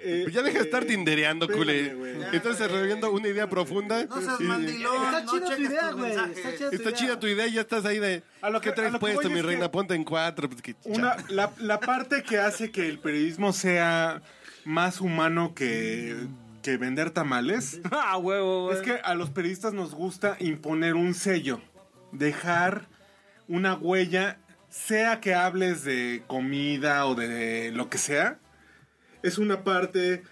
Speaker 4: Eh,
Speaker 3: Pues ya deja de estar tindereando, culé. Estás desarrollando una idea profunda. y-
Speaker 7: Está chida tu idea,
Speaker 10: Este
Speaker 7: güey. Está chida tu
Speaker 3: Está
Speaker 7: idea.
Speaker 3: chida tu idea, ya estás ahí de.
Speaker 4: A lo
Speaker 3: ¿Qué
Speaker 4: que- a
Speaker 3: traes
Speaker 4: lo que
Speaker 3: puesto,
Speaker 4: voy
Speaker 3: mi
Speaker 4: es que-
Speaker 3: reina? Ponte en cuatro. pues, que-
Speaker 4: Una, la, la parte que hace que el periodismo sea más humano que, que vender tamales.
Speaker 1: Ah, huevo,
Speaker 4: Es que a los periodistas nos gusta imponer un sello, dejar una huella, sea que hables de comida o de lo que sea. Es una parte,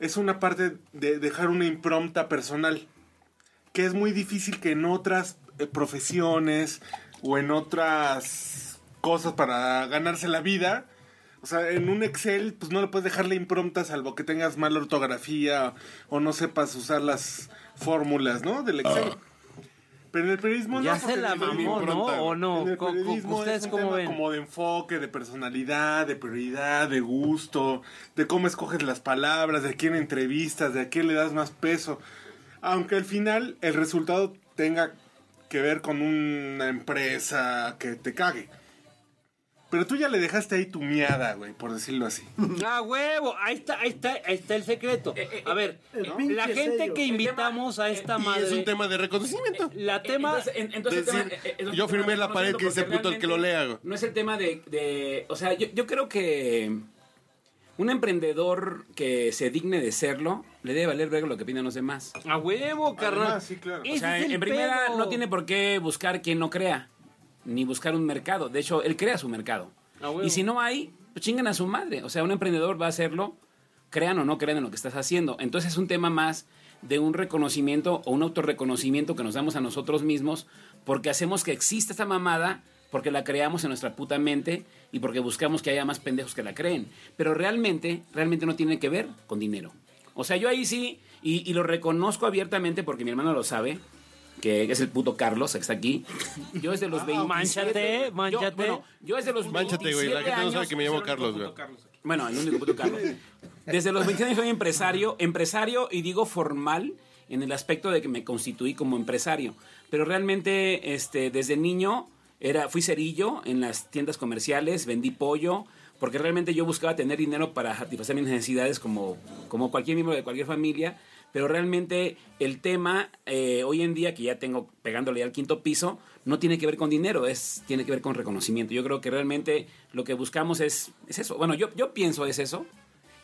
Speaker 4: es una parte de dejar una impronta personal, que es muy difícil que en otras eh, profesiones o en otras cosas para ganarse la vida. O sea, en un Excel, pues no le puedes dejar la impronta salvo que tengas mala ortografía o no sepas usar las fórmulas, ¿no? Del Excel. Pero en el periodismo
Speaker 1: Ya
Speaker 4: no. porque
Speaker 1: se la
Speaker 4: el
Speaker 1: mamó,
Speaker 4: periodismo impronta,
Speaker 1: ¿no?
Speaker 4: güey.
Speaker 1: ¿O no?
Speaker 4: En el
Speaker 1: Co- co-
Speaker 4: periodismo
Speaker 1: ¿ustedes
Speaker 4: es un
Speaker 1: cómo
Speaker 4: tema
Speaker 1: ven?
Speaker 4: como de enfoque, de personalidad, de prioridad, de gusto, de cómo escoges las palabras, de quién entrevistas, de a quién le das más peso. Aunque al final el resultado tenga que ver con una empresa que te cague. Pero tú ya le dejaste ahí tu miada, güey, por decirlo así.
Speaker 1: Ah, huevo, ahí está, ahí está, ahí está el secreto. A ver,
Speaker 9: el pinche
Speaker 1: la gente
Speaker 9: sello.
Speaker 1: que
Speaker 9: El
Speaker 1: invitamos a esta
Speaker 3: Y
Speaker 1: madre.
Speaker 3: es un tema de reconocimiento.
Speaker 1: La tema.
Speaker 9: Eh, Entonces, en- entonces el
Speaker 3: Decir,
Speaker 9: tema- eh, eh, entonces
Speaker 3: yo
Speaker 9: el tema
Speaker 3: firmé
Speaker 9: de
Speaker 3: la pared que dice
Speaker 9: porque
Speaker 3: puto el que lo
Speaker 9: realmente
Speaker 3: lea, güey.
Speaker 9: No es el tema de. de- o sea, yo, yo creo que un emprendedor que se digne de serlo le debe valer verga lo que opinan los demás.
Speaker 1: A huevo, carnal.
Speaker 9: Además,
Speaker 4: sí, claro.
Speaker 9: O sea, en primera, no tiene por qué buscar quien no crea, ni buscar un mercado. De hecho, él crea su mercado.
Speaker 1: huevo.
Speaker 9: Y si no hay, pues chingan a su madre. O sea, un emprendedor va a hacerlo, crean o no crean en lo que estás haciendo. Entonces es un tema más de un reconocimiento o un autorreconocimiento que nos damos a nosotros mismos porque hacemos que exista esta mamada porque la creamos en nuestra puta mente y porque buscamos que haya más pendejos que la creen. Pero realmente, realmente no tiene que ver con dinero. O sea, yo ahí sí, y, y lo reconozco abiertamente porque mi hermano lo sabe, que es el puto Carlos, que está aquí. Yo desde los 27...
Speaker 1: Mánchate,
Speaker 9: eh, yo-
Speaker 1: mánchate.
Speaker 9: bueno, yo desde los
Speaker 3: Mánchate, güey. La
Speaker 9: 27
Speaker 3: gente no sabe
Speaker 9: años-
Speaker 3: que me llamo Carlos, güey.
Speaker 9: bueno, el único puto Carlos. Desde los 20 años soy empresario, empresario y digo formal en el aspecto de que me constituí como empresario, pero realmente este desde niño era fui cerillo en las tiendas comerciales, vendí pollo, porque realmente yo buscaba tener dinero para satisfacer mis necesidades como como cualquier miembro de cualquier familia, pero realmente el tema eh, hoy en día que ya tengo pegándole al quinto piso no tiene que ver con dinero, es tiene que ver con reconocimiento. Yo creo que realmente lo que buscamos es, es eso. Bueno, yo, yo pienso es eso.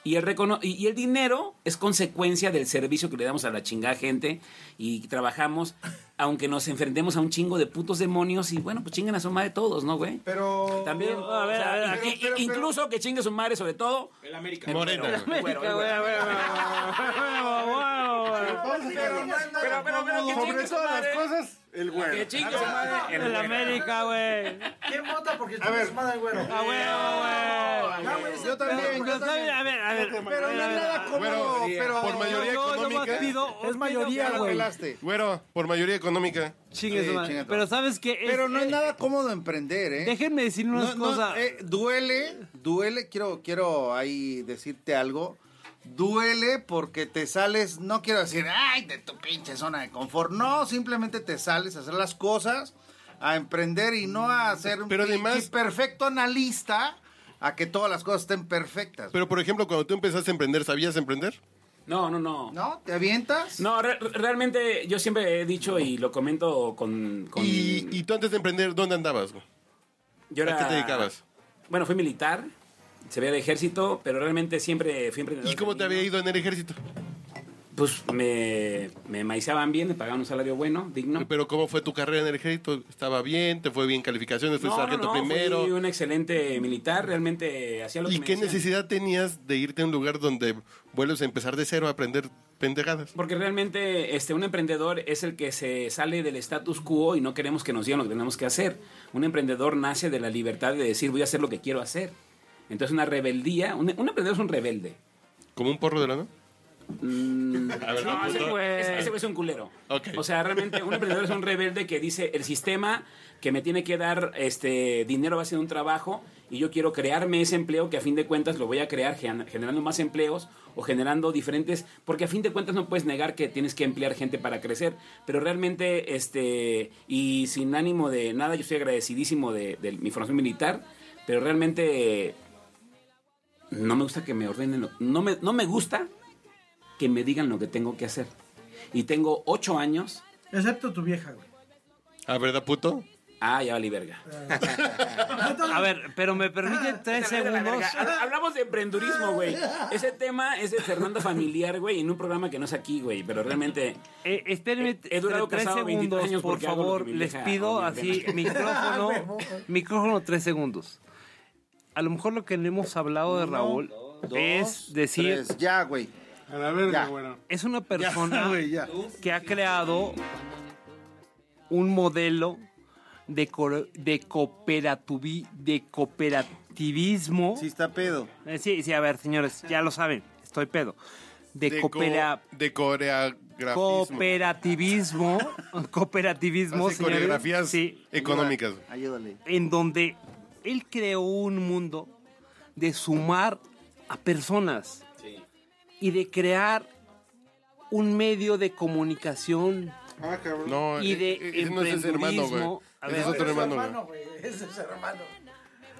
Speaker 9: Y el, recono- y, y el dinero es consecuencia del servicio que le damos a la chingada gente y trabajamos, aunque nos enfrentemos a un chingo de putos demonios y bueno, pues chingan a su madre todos, ¿no, güey?
Speaker 2: Pero...
Speaker 9: También,
Speaker 1: a ver,
Speaker 9: o sea,
Speaker 1: a ver,
Speaker 9: y-
Speaker 1: aquí-
Speaker 9: y- incluso que chingue a su madre sobre todo.
Speaker 11: El América.
Speaker 9: el güero, el güero, el güero.
Speaker 1: Pero, pero, pero, que
Speaker 4: Sobre
Speaker 1: chingue su
Speaker 4: todas
Speaker 1: madre.
Speaker 4: las cosas, el güero.
Speaker 1: Que chingue su madre, el güero. güey.
Speaker 2: ¿Quién vota porque chingue su madre, güero?
Speaker 1: A huevo, Ah, güey.
Speaker 2: Ya, güey,
Speaker 1: Yo
Speaker 2: yo también,
Speaker 1: también,
Speaker 2: yo también.
Speaker 1: A ver, a ver.
Speaker 2: Pero eh, no hay nada como...
Speaker 3: Güero,
Speaker 2: pero...
Speaker 3: por mayoría
Speaker 1: yo nomás
Speaker 3: económica.
Speaker 1: pido- Es pido mayoría, que- güey.
Speaker 2: Pelaste.
Speaker 3: Güero, por mayoría económica.
Speaker 1: Chingue su madre. Pero sabes que.
Speaker 2: Pero no es nada cómodo emprender, ¿eh?
Speaker 1: Déjenme decir unas
Speaker 2: No, no,
Speaker 1: cosas.
Speaker 2: eh, duele, duele, quiero, quiero ahí decirte algo. Duele porque te sales, no quiero decir, ay, de tu pinche zona de confort. No, simplemente te sales a hacer las cosas, a emprender y no a ser un pinche perfecto analista, a que todas las cosas estén perfectas.
Speaker 3: Pero, por ejemplo, cuando tú empezaste a emprender, ¿sabías emprender?
Speaker 9: No, no, no.
Speaker 2: ¿No? ¿Te avientas?
Speaker 9: No, re- re- realmente yo siempre he dicho y lo comento con... con-
Speaker 3: Y, y tú antes de emprender, ¿dónde andabas? güey?
Speaker 9: yo era-
Speaker 3: ¿A qué te dedicabas?
Speaker 9: Bueno, fui militar, se veía de ejército, pero realmente siempre fui emprendedor.
Speaker 3: ¿Y cómo te había ido en el ejército?
Speaker 9: Pues me, me maizaban bien, me pagaban un salario bueno, digno.
Speaker 3: Pero ¿cómo fue tu carrera en el ejército? ¿Estaba bien? ¿Te fue bien calificaciones? ¿Fuiste sargento primero?
Speaker 9: Fui un excelente militar, realmente hacía lo que
Speaker 3: ¿Y
Speaker 9: me
Speaker 3: qué
Speaker 9: decían.
Speaker 3: necesidad tenías de irte a un lugar donde vuelves a empezar de cero a aprender pendejadas?
Speaker 9: Porque realmente este, un emprendedor es el que se sale del status quo y no queremos que nos digan lo que tenemos que hacer. Un emprendedor nace de la libertad de decir voy a hacer lo que quiero hacer. Entonces una rebeldía, un, un emprendedor es un rebelde.
Speaker 3: ¿Como un porro de lana?
Speaker 9: A
Speaker 3: ver,
Speaker 9: No, ese
Speaker 3: apunto.
Speaker 9: güey ese- ese güey es un culero.
Speaker 3: Ok.
Speaker 9: O sea, realmente un emprendedor es un rebelde que dice el sistema que me tiene que dar este dinero va a ser un trabajo y yo quiero crearme ese empleo que a fin de cuentas lo voy a crear gen- generando más empleos o generando diferentes porque a fin de cuentas no puedes negar que tienes que emplear gente para crecer pero realmente este y sin ánimo de nada yo estoy agradecidísimo de, de mi formación militar pero realmente no me gusta que me ordenen lo- no me no me gusta que me digan lo que tengo que hacer y tengo ocho años
Speaker 7: Excepto tu vieja, güey.
Speaker 3: ¿A verdad, puto?
Speaker 9: Ah, ya valí verga.
Speaker 1: A ver, pero me permiten tres
Speaker 9: Vete a la
Speaker 1: segundos.
Speaker 9: verga. Hab- Hablamos de emprendurismo, güey. Ese tema es de Fernanda Familiar, güey, en un programa que no es aquí, güey, pero realmente...
Speaker 1: Eh, espérenme
Speaker 9: He durado
Speaker 1: tres
Speaker 9: casado 22
Speaker 1: segundos,
Speaker 9: años
Speaker 1: por
Speaker 9: porque hago lo
Speaker 1: favor.
Speaker 9: que Ah, mi
Speaker 1: Les
Speaker 9: vieja
Speaker 1: pido
Speaker 9: odia,
Speaker 1: así,
Speaker 9: pena. Ah,
Speaker 1: micrófono, micrófono tres segundos. A lo mejor lo que no hemos hablado de Raúl es decir...
Speaker 2: Ya, güey.
Speaker 4: A la verga,
Speaker 1: Ya.
Speaker 4: güero.
Speaker 1: Es una persona
Speaker 4: güey, ya.
Speaker 1: que ha creado un modelo de, cor- de, cooperativi- de cooperativismo. Sí,
Speaker 2: está pedo.
Speaker 1: sí, sí, a ver, señores, ya lo saben, estoy pedo. De,
Speaker 3: De co-
Speaker 1: coopera-
Speaker 3: de coreografismo.
Speaker 1: cooperativismo. Cooperativismo,
Speaker 3: Hace
Speaker 1: señores.
Speaker 3: coreografías
Speaker 1: Sí.
Speaker 3: económicas.
Speaker 2: Ayúdale.
Speaker 1: En donde él creó un mundo de sumar a personas y de crear un medio de comunicación
Speaker 4: Ah, cabrón.
Speaker 3: No,
Speaker 1: y
Speaker 3: eh,
Speaker 1: de
Speaker 3: eh, ese no es ese hermano, güey.
Speaker 1: emprendurismo. A
Speaker 3: Ese
Speaker 1: ver,
Speaker 3: es otro hermano, güey.
Speaker 7: Ese es hermano.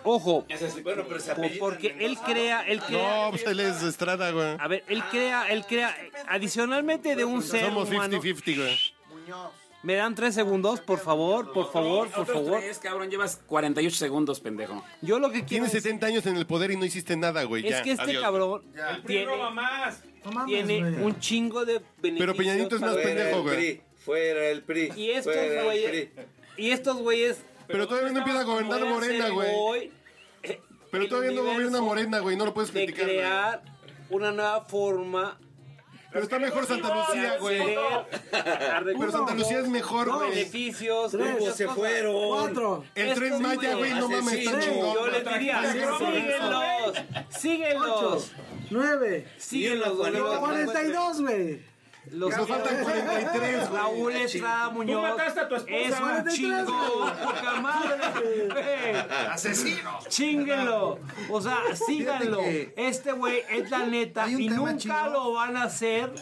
Speaker 1: Ojo,
Speaker 2: Bueno, pero se
Speaker 1: po- porque él crea, él crea.
Speaker 3: No, pues él es Estrada, güey.
Speaker 1: A ver, él crea, él crea. Adicionalmente de un ser
Speaker 3: Somos
Speaker 1: humano.
Speaker 3: 50-50, güey.
Speaker 1: Me dan tres segundos, por favor, por favor, por
Speaker 9: Otros
Speaker 1: favor.
Speaker 9: tres, cabrón, llevas 48 segundos, pendejo.
Speaker 1: Yo lo que quiero
Speaker 3: Tienes
Speaker 1: decir
Speaker 3: 70 años en el poder y no hiciste nada, güey.
Speaker 1: es
Speaker 3: Pues ya,
Speaker 1: que este
Speaker 3: adiós.
Speaker 1: cabrón
Speaker 11: El PRI
Speaker 1: tiene,
Speaker 11: roba más.
Speaker 1: tiene un chingo de beneficios.
Speaker 3: Pero Peñanito es más
Speaker 1: para-
Speaker 3: pendejo, güey.
Speaker 2: Fuera el PRI.
Speaker 1: Y estos
Speaker 2: fuera el
Speaker 1: güeyes. Y estos güeyes.
Speaker 3: Pero todavía no empieza a gobernar
Speaker 1: pueden
Speaker 3: Morena,
Speaker 1: ser
Speaker 3: güey.
Speaker 1: hoy eh,
Speaker 3: Pero
Speaker 1: el
Speaker 3: todavía no gobierna
Speaker 1: universo
Speaker 3: Morena, güey. No lo puedes
Speaker 1: de
Speaker 3: criticar, güey.
Speaker 1: crear una nueva forma
Speaker 3: Pero está mejor Santa Lucía, güey. Pero Santa Lucía es mejor,
Speaker 18: Dos
Speaker 3: güey.
Speaker 18: beneficios,
Speaker 3: Tres.
Speaker 18: muchas
Speaker 3: Se
Speaker 18: cosas.
Speaker 3: fueron.
Speaker 18: Cuatro.
Speaker 3: El
Speaker 18: Esto
Speaker 3: tren
Speaker 18: sí,
Speaker 3: Maya, güey, no mames, está
Speaker 18: Asesino.
Speaker 3: chingón.
Speaker 18: Yo les diría,
Speaker 3: Asesino.
Speaker 18: síguelos, síguelos.
Speaker 7: Nueve.
Speaker 18: Síguelos, güey.
Speaker 7: 42, güey.
Speaker 18: Los
Speaker 7: Nos faltan 43, güey.
Speaker 18: Raúl Estrada Muñoz.
Speaker 7: mataste a tu esposa.
Speaker 18: Es un
Speaker 7: 43,
Speaker 18: chingo.
Speaker 7: güey.
Speaker 18: Poca madre, güey.
Speaker 2: Asesino.
Speaker 18: Chínguenlo. O sea, síganlo.
Speaker 2: que-
Speaker 18: Este güey es la neta y nunca lo van a hacer.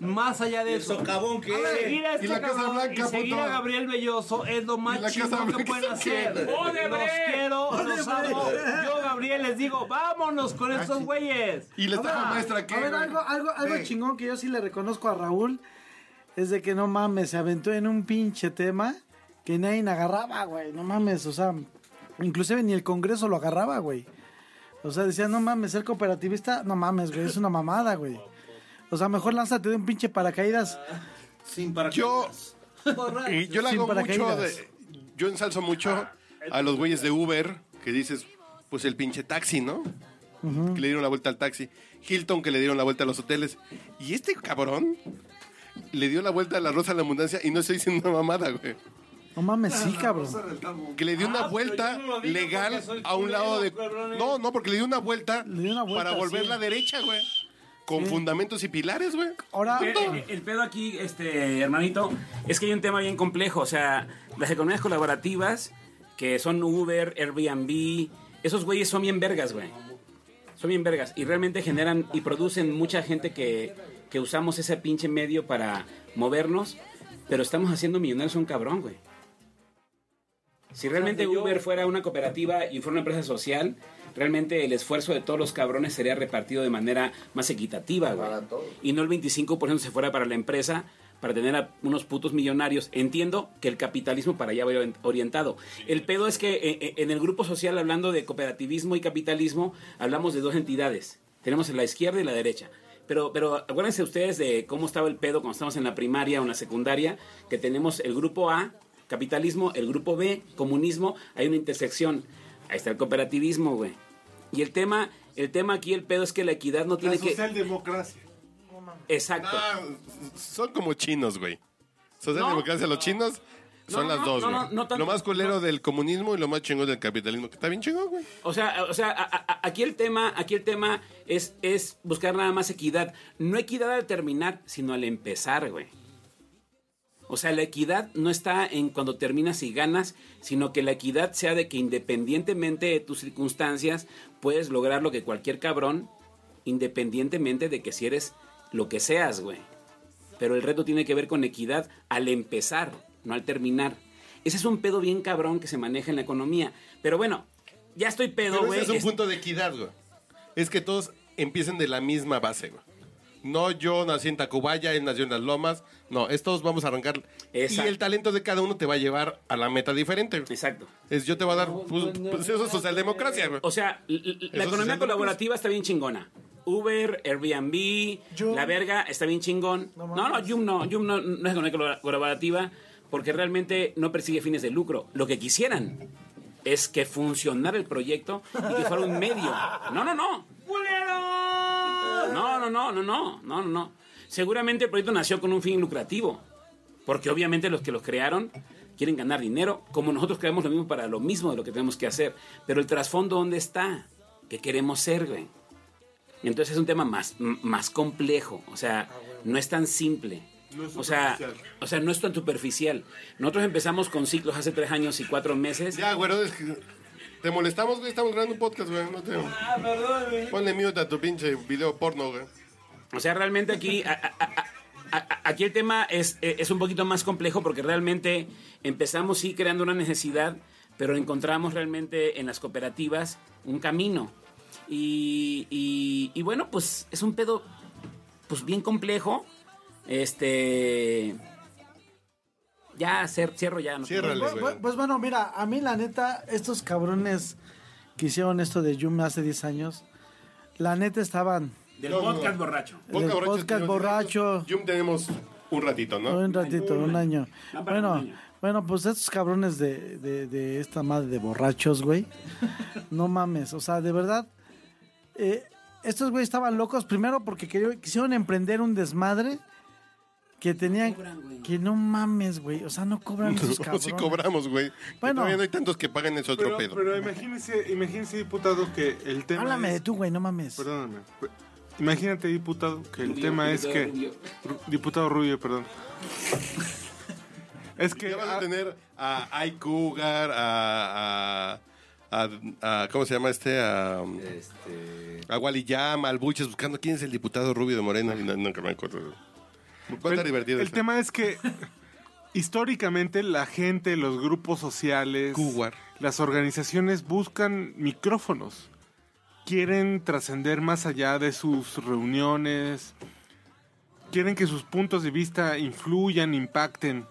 Speaker 18: Más allá de eso.
Speaker 2: socavón que es.
Speaker 18: Seguir a
Speaker 2: Y
Speaker 18: este
Speaker 2: la Casa
Speaker 18: cabrón
Speaker 2: Blanca,
Speaker 18: y seguir
Speaker 2: puto.
Speaker 18: a Gabriel Belloso es lo
Speaker 2: Y
Speaker 18: más
Speaker 2: la Casa
Speaker 18: chido que
Speaker 2: Blanca,
Speaker 18: pueden hacer.
Speaker 2: ¿qué?
Speaker 18: Los
Speaker 2: ¡Odebrecht!
Speaker 18: quiero, los
Speaker 2: ¡Odebrecht!
Speaker 18: amo. Yo, Gabriel, les digo, vámonos con estos güeyes.
Speaker 3: Y
Speaker 18: les
Speaker 7: Ahora, A ver, algo, algo, algo chingón que yo sí le reconozco a Raúl es de que no mames, se aventó en un pinche tema que nadie agarraba, güey. No mames, o sea, inclusive ni el Congreso lo agarraba, güey. O sea, decía, no mames, ser cooperativista, no mames, güey, es una mamada, güey. O sea, mejor lánzate de un pinche paracaídas.
Speaker 2: Sin
Speaker 3: Yo, y yo le hago mucho de- yo ensalzo
Speaker 1: Ah,
Speaker 3: mucho a los güeyes de Uber que dices, pues el pinche taxi, ¿no? Que le dieron la vuelta al taxi. Hilton que le dieron la vuelta a los hoteles. Y este cabrón le dio la vuelta a la rosa de la abundancia y no estoy diciendo una mamada, güey.
Speaker 7: No mames, sí, cabrón.
Speaker 3: Que le dio
Speaker 9: Ah,
Speaker 3: una vuelta legal a un lado de. No, no, porque le dio una vuelta,
Speaker 7: vuelta,
Speaker 3: para volver
Speaker 7: sí.
Speaker 3: la derecha, güey. Con
Speaker 9: Sí.
Speaker 3: fundamentos y pilares, güey.
Speaker 7: Ahora.
Speaker 9: El, el- Eh, el pedo aquí, este, hermanito, es que hay un tema bien complejo. O sea, las economías colaborativas, que son Uber, Airbnb, esos güeyes son bien vergas, güey. Son bien vergas. Y realmente generan y producen mucha gente que, que usamos ese pinche medio para movernos. Pero estamos haciendo millonarios a un cabrón, güey. Si realmente Uber fuera una cooperativa y fuera una empresa social, realmente el esfuerzo de todos los cabrones sería repartido de manera más equitativa, güey. Y no el 25% se fuera para la empresa para tener a unos putos millonarios. Entiendo que el capitalismo para allá va orien- orientado. El pedo es que eh, eh, en el grupo social, hablando de cooperativismo y capitalismo, hablamos de dos entidades. Tenemos la izquierda y la derecha. Pero, pero acuérdense ustedes de cómo estaba el pedo cuando estábamos en la primaria o en la secundaria, que tenemos el grupo A, capitalismo, el grupo B, comunismo, hay una intersección. Ahí está el cooperativismo, güey. Y el tema, el tema aquí, el pedo es que la equidad no tiene
Speaker 4: La
Speaker 9: que...
Speaker 4: socialdemocracia.
Speaker 9: Exacto. eh.
Speaker 3: Son como chinos, güey. Socialdemocracia, los chinos son
Speaker 9: No,
Speaker 3: las
Speaker 9: no,
Speaker 3: dos,
Speaker 9: no,
Speaker 3: güey.
Speaker 9: no, no tanto.
Speaker 3: lo más culero del comunismo y lo más chingón del capitalismo. Que está bien chingón, güey.
Speaker 9: O sea, o sea, a- a- a- aquí el tema, aquí el tema es, es buscar nada más equidad. No equidad al terminar, sino al empezar, güey. O sea, la equidad no está en cuando terminas y ganas, sino que la equidad sea de que independientemente de tus circunstancias, puedes lograr lo que cualquier cabrón, independientemente de que si eres lo que seas, güey. Pero el reto tiene que ver con equidad al empezar, no al terminar. Ese es un pedo bien cabrón que se maneja en la economía. Pero bueno, ya estoy pedo,
Speaker 3: Pero
Speaker 9: güey.
Speaker 3: ese es un
Speaker 9: Es-
Speaker 3: punto de equidad, güey. Es que todos empiecen de la misma base, güey. No yo nací en Tacubaya, él nació en Las Lomas. No, es todos vamos a arrancar. Y el talento de cada uno te va a llevar a la meta diferente.
Speaker 9: Exacto.
Speaker 3: Es, yo te va a dar... Pues, pues eso es socialdemocracia, güey.
Speaker 9: O sea, l- l- la
Speaker 3: Eso sí,
Speaker 9: economía
Speaker 3: sí.
Speaker 9: colaborativa está bien chingona. Uber, Airbnb, la verga está bien chingón. No, no, Yum no, Yum no, no es economía colabora- colaborativa porque realmente no persigue fines de lucro. Lo que quisieran es que funcionara el proyecto y que fuera un medio. No, no, no. No, no, no, no, no, no, no, no. Seguramente el proyecto nació con un fin lucrativo, porque obviamente los que los crearon quieren ganar dinero, como nosotros creamos lo mismo para lo mismo de lo que tenemos que hacer. Pero el trasfondo, ¿dónde está? ¿Qué queremos ser, güey? Entonces es un tema más, m- más complejo, o sea, no es tan simple. O sea, o sea, no es tan superficial. Nosotros empezamos con ciclos hace tres años y cuatro meses.
Speaker 3: Ya, güero, es que te molestamos, güey. Estamos grabando un podcast, güey. No te... Ponle mute a tu pinche video porno, güey.
Speaker 9: O sea, realmente aquí, a- a- a- a- a- aquí el tema es, eh, es un poquito más complejo porque realmente empezamos sí creando una necesidad, pero encontramos realmente en las cooperativas un camino. Y, y- y bueno, pues es un pedo pues bien complejo. Este. Ya, cer- cierro ya. No
Speaker 7: Pues, pues- pues bueno, mira, a mí la neta, estos cabrones que hicieron esto de Yum hace 10 años, la neta estaban
Speaker 9: Del
Speaker 3: No, no.
Speaker 9: podcast borracho.
Speaker 7: Del podcast borracho.
Speaker 3: Yum tenemos un ratito, ¿no?
Speaker 7: un ratito, un año.
Speaker 3: Ah, para un
Speaker 7: Bueno,
Speaker 3: año.
Speaker 7: bueno, pues estos cabrones de, de- de esta madre de borrachos, güey. No mames, o sea, de verdad, eh, estos güeyes estaban locos primero porque queri- quisieron emprender un desmadre que tenían que no mames, güey, o sea, no cobran esos
Speaker 3: No,
Speaker 7: cabrones.
Speaker 3: sí cobramos, güey.
Speaker 7: Bueno.
Speaker 3: Bueno. Todavía no hay tantos que pagan ese otro
Speaker 4: Pero,
Speaker 3: pedo.
Speaker 4: pero imagínense, imagínense, diputado, que el tema.
Speaker 7: Háblame
Speaker 4: es-
Speaker 7: de tú, güey, no mames.
Speaker 4: Perdóname. Imagínate, diputado, que el
Speaker 7: Rubio,
Speaker 4: tema es
Speaker 7: diputado
Speaker 4: que.
Speaker 7: Rubio.
Speaker 4: Ru- Diputado Rubio, perdón. es que.
Speaker 3: Ya van a tener a Ike Cougar, a, a, a- a- ¿Cómo se llama este? A, a Wally Yam, al Buches, buscando quién es el diputado rubio de Morena. Y no, nunca me acuerdo. Va a estar divertido.
Speaker 4: El
Speaker 3: eso.
Speaker 4: tema es que históricamente la gente, los grupos sociales, las organizaciones buscan micrófonos. Quieren trascender más allá de sus reuniones. Quieren que sus puntos de vista influyan, impacten.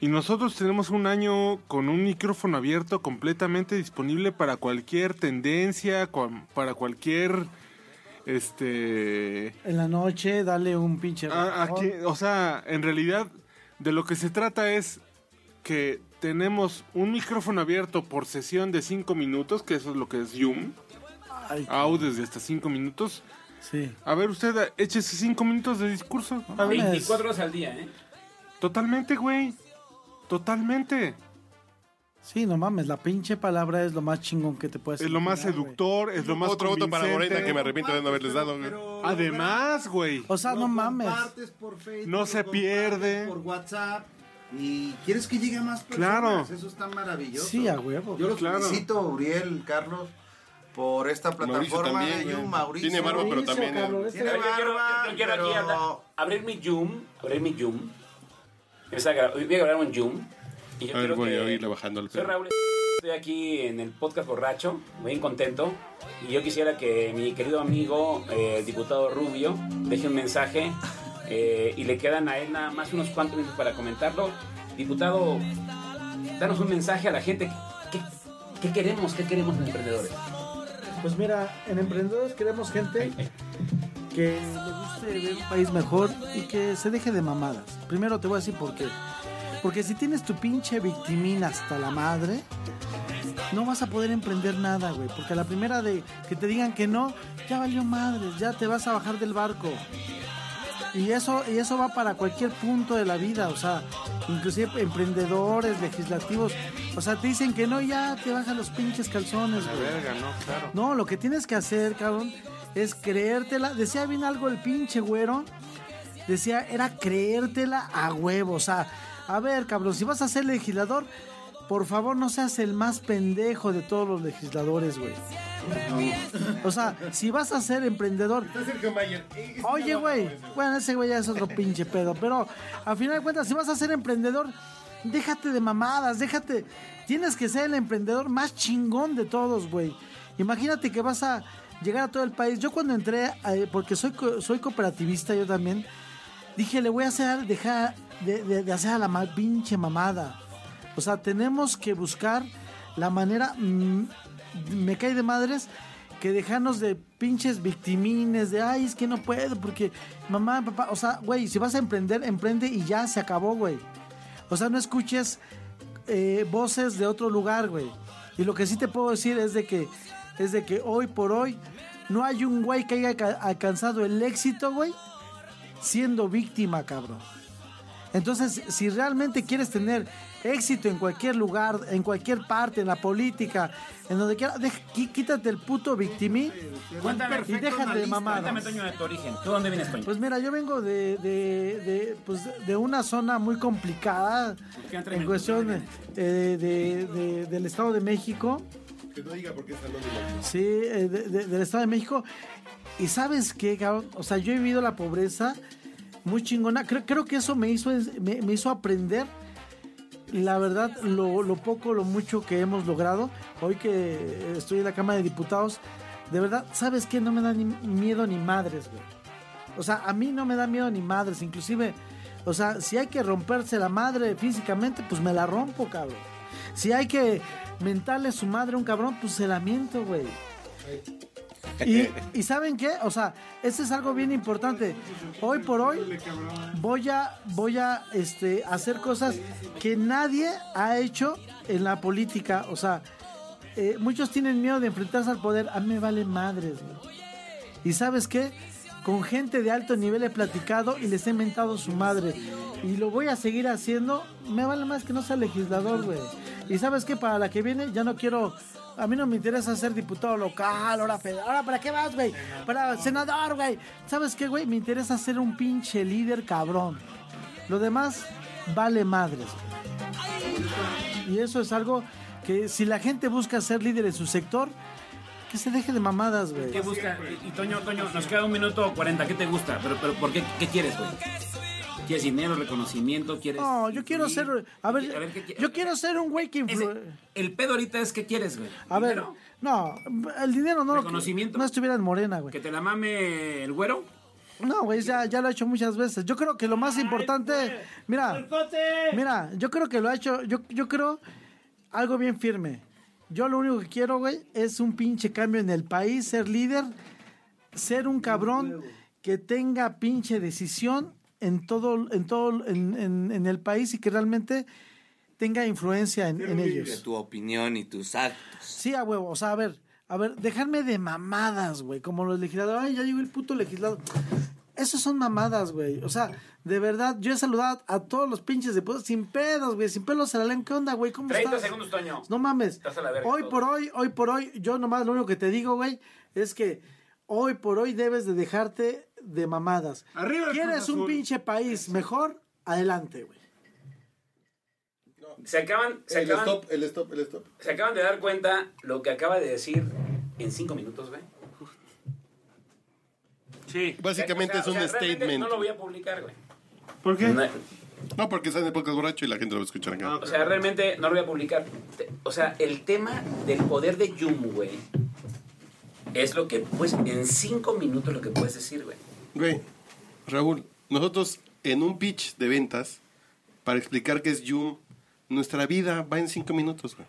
Speaker 4: Y nosotros tenemos un año con un micrófono abierto completamente disponible para cualquier tendencia, cuam- para cualquier este
Speaker 7: En la noche, dale un pinche.
Speaker 4: a- Ah, aquí, o sea, en realidad de lo que se trata es que tenemos un micrófono abierto por sesión de 5 minutos, que eso es lo que es Zoom.
Speaker 7: Ay,
Speaker 4: Audios de hasta 5 minutos.
Speaker 7: Sí.
Speaker 4: A ver, usted a- échese 5 minutos de discurso. A ver.
Speaker 11: 24 horas al día, ¿eh?
Speaker 4: Totalmente, güey. Totalmente.
Speaker 7: Sí, no mames, la pinche palabra es lo más chingón que te puedes
Speaker 4: Es lo más seductor, es lo más
Speaker 3: Otro voto para
Speaker 4: convincente. Ah,
Speaker 3: Morena que me arrepiento de no haberles dado. güey.
Speaker 4: Además, güey.
Speaker 7: O sea, no mames.
Speaker 2: Compartes por Facebook.
Speaker 4: No se
Speaker 2: compartes
Speaker 4: pierde.
Speaker 2: Por WhatsApp. Y quieres que llegue a más
Speaker 4: Claro.
Speaker 2: personas. Eso está maravilloso.
Speaker 7: Sí, a huevo.
Speaker 2: Yo los
Speaker 7: Claro.
Speaker 2: felicito, Uriel, Carlos, por esta plataforma
Speaker 3: también,
Speaker 2: de
Speaker 3: güey.
Speaker 2: Yum, Mauricio.
Speaker 3: Tiene barba, pero Mauricio, también, cabrón,
Speaker 2: Tiene
Speaker 9: Yo quiero,
Speaker 2: barba,
Speaker 9: yo quiero aquí
Speaker 2: pero-
Speaker 9: hablar- abrir mi Zoom, abrir mi Zoom. Empezar a gra- Voy a grabar un Zoom. Y yo
Speaker 3: A ver,
Speaker 9: quiero
Speaker 3: voy
Speaker 9: que-
Speaker 3: a irle bajando al
Speaker 9: Soy
Speaker 3: pedo.
Speaker 9: Raúl, estoy aquí en el podcast borracho, muy contento. Y yo quisiera que mi querido amigo, eh, el diputado Rubio, deje un mensaje eh, y le quedan a él nada más unos cuantos minutos para comentarlo. Diputado, danos un mensaje a la gente. ¿Qué, qué queremos? ¿Qué queremos los emprendedores?
Speaker 7: Pues mira, en Emprendedores queremos gente que le guste ver un país mejor y que se deje de mamadas. Primero te voy a decir por qué. Porque si tienes tu pinche victimina hasta la madre, no vas a poder emprender nada, güey. Porque a la primera de que te digan que no, ya valió madres, ya te vas a bajar del barco. Y eso, y eso va para cualquier punto de la vida, o sea, inclusive emprendedores, legislativos. O sea, te dicen que no, ya te bajan los pinches calzones,
Speaker 4: La
Speaker 7: güey.
Speaker 4: verga, no, claro.
Speaker 7: No, lo que tienes que hacer, cabrón, es creértela. Decía bien algo el pinche güero. Decía, era creértela a huevo. O sea, a ver, cabrón, si vas a ser legislador, por favor no seas el más pendejo de todos los legisladores, güey. O sea, si vas a ser emprendedor.
Speaker 3: eh,
Speaker 7: Oye, güey. Bueno, ese güey ya es otro pinche pedo. Pero al final de cuentas, si vas a ser emprendedor, déjate de mamadas, déjate. Tienes que ser el emprendedor más chingón de todos, güey. Imagínate que vas a llegar a todo el país. Yo cuando entré, eh, porque soy, co- soy cooperativista yo también, dije, le voy a hacer, dejar de, de- de hacer a la ma- pinche mamada. O sea, tenemos que buscar la manera, mm, me cae de madres, que dejarnos de pinches victimines, de, ay, es que no puedo, porque mamá, papá, o sea, güey, si vas a emprender, emprende y ya se acabó, güey. O sea, no escuches eh, voces de otro lugar, güey. Y lo que sí te puedo decir es de que, es de que hoy por hoy no hay un güey que haya alca- alcanzado el éxito, güey, siendo víctima, cabrón. Entonces, si realmente quieres tener éxito en cualquier lugar, en cualquier parte, en la política, en donde quieras, deja- qui- quítate el puto victimí
Speaker 9: Cuéntame,
Speaker 7: y déjate de
Speaker 9: Cuéntame,
Speaker 7: mamadas.
Speaker 9: Toño, de tu origen. ¿Tú dónde vienes, Toño?
Speaker 7: Pues mira, yo vengo de, de, de, pues, de una zona muy complicada en cuestión de, eh, de- de- del Estado de México.
Speaker 3: Que no diga porque es anónimo.
Speaker 7: Sí, eh, de- de- del Estado de México. Y sabes qué, cabrón? O sea, yo he vivido la pobreza muy chingona. Creo, creo que eso me hizo, es- me, me hizo aprender, la verdad, lo, lo poco, lo mucho que hemos logrado. Hoy que estoy en la Cámara de Diputados, de verdad, ¿sabes qué? No me da ni miedo ni madres, güey. O sea, a mí no me da miedo ni madres. Inclusive, o sea, si hay que romperse la madre físicamente, pues me la rompo, cabrón. Si hay que mentarle su madre a un cabrón, pues se la miento, güey. Y, y ¿saben qué? O sea, este es algo bien importante. Hoy por hoy voy a, voy a este, hacer cosas que nadie ha hecho en la política. O sea, eh, muchos tienen miedo de enfrentarse al poder. A mí me vale madres, güey. Y sabes qué? Con gente de alto nivel he platicado y les he inventado su madre. Y lo voy a seguir haciendo. Me vale más que no sea legislador, güey. Y sabes qué? Para la que viene ya no quiero... A mí no me interesa ser diputado local, ahora federal. Ahora, ¿para qué vas, güey? Para senador, güey. ¿Sabes qué, güey? Me interesa ser un pinche líder cabrón. Lo demás vale madres. Y eso es algo que si la gente busca ser líder en su sector, que se deje de mamadas, güey.
Speaker 9: ¿Qué busca? Y, y Toño, Toño, nos queda un minuto 40. ¿Qué te gusta? Pero, pero ¿por qué, qué quieres, güey? ¿Quieres dinero, reconocimiento? ¿Quieres.?
Speaker 7: No, yo quiero ser. A ver,
Speaker 9: ¿qué qui-
Speaker 7: yo quiero ser un güey que influ-
Speaker 9: El pedo ahorita es qué quieres, güey.
Speaker 7: A ver,
Speaker 9: ¿Dinero?
Speaker 7: no, el dinero no lo.
Speaker 9: Reconocimiento.
Speaker 7: No estuviera en Morena, güey.
Speaker 9: ¿Que te la mame el güero?
Speaker 7: No, güey, ya, ya lo ha hecho muchas veces. Yo creo que lo más importante. Mira, mira, yo creo que lo ha hecho. Yo, yo creo algo bien firme. Yo lo único que quiero, güey, es un pinche cambio en el país, ser líder, ser un cabrón que tenga pinche decisión en todo, en todo, en, en- en el país y que realmente tenga influencia en, en
Speaker 1: De
Speaker 7: ellos.
Speaker 1: tu opinión y tus actos.
Speaker 7: Sí, a huevo. O sea, a ver, a ver, dejarme de mamadas, güey. Como los legisladores. Ay, ya llegó el puto legislador. Esos son mamadas, güey. O sea, de verdad, yo he saludado a todos los pinches de sin pedos, güey. Sin pelos se la leen. ¿Qué onda, güey? ¿Cómo
Speaker 9: 30
Speaker 7: estás?
Speaker 9: segundos, Toño.
Speaker 7: No mames.
Speaker 9: Estás a la verga
Speaker 7: Hoy
Speaker 9: todo.
Speaker 7: por hoy, hoy por hoy, yo nomás lo único que te digo, güey, es que hoy por hoy debes de dejarte de mamadas.
Speaker 23: Arriba el
Speaker 7: ¿Quieres
Speaker 23: Cruz
Speaker 7: un
Speaker 23: Azul.
Speaker 7: pinche país mejor? Adelante, güey.
Speaker 9: Se acaban, se
Speaker 3: el
Speaker 9: acaban,
Speaker 3: stop, el stop, el stop.
Speaker 9: se acaban de dar cuenta lo que acaba de decir en cinco minutos, güey.
Speaker 4: Sí.
Speaker 3: Básicamente es un
Speaker 9: realmente
Speaker 3: statement.
Speaker 9: No lo voy a publicar, güey.
Speaker 3: ¿Por
Speaker 9: qué? No, Ah,
Speaker 3: no, porque sale de podcast borracho y la gente lo va a escuchar acá.
Speaker 9: O sea, realmente no lo voy a publicar. Te- O sea, el tema del poder de Yum, güey, es lo que, pues, en cinco minutos lo que puedes decir, güey.
Speaker 3: Güey, Raúl, nosotros en un pitch de ventas, para explicar qué es Yum, nuestra vida va en cinco minutos, güey.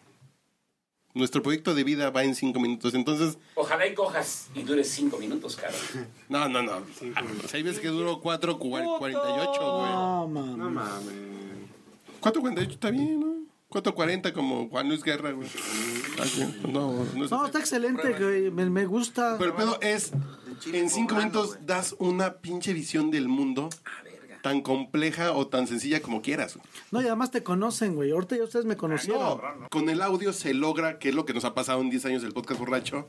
Speaker 3: Nuestro proyecto de vida va en cinco minutos. Entonces,
Speaker 9: Ojalá y cojas y dure cinco minutos, cabrón.
Speaker 3: no, no, no. Si hay veces que duró cuatro cua- cuarenta y ocho, güey.
Speaker 7: No mames.
Speaker 3: No mames. 4.48 está bien, ¿no? 4.40 como Juan Luis Guerra, güey. Así, Ah, No, no es
Speaker 7: No, está excelente, güey. Me, me gusta.
Speaker 3: Pero el pedo es, en cinco minutos das una pinche visión del mundo tan compleja o tan sencilla como quieras. güey.
Speaker 7: No, y además te conocen, güey. Ahorita ya ustedes me conocieron.
Speaker 3: Ah, No, con el audio se logra, que es lo que nos ha pasado en 10 años del podcast borracho,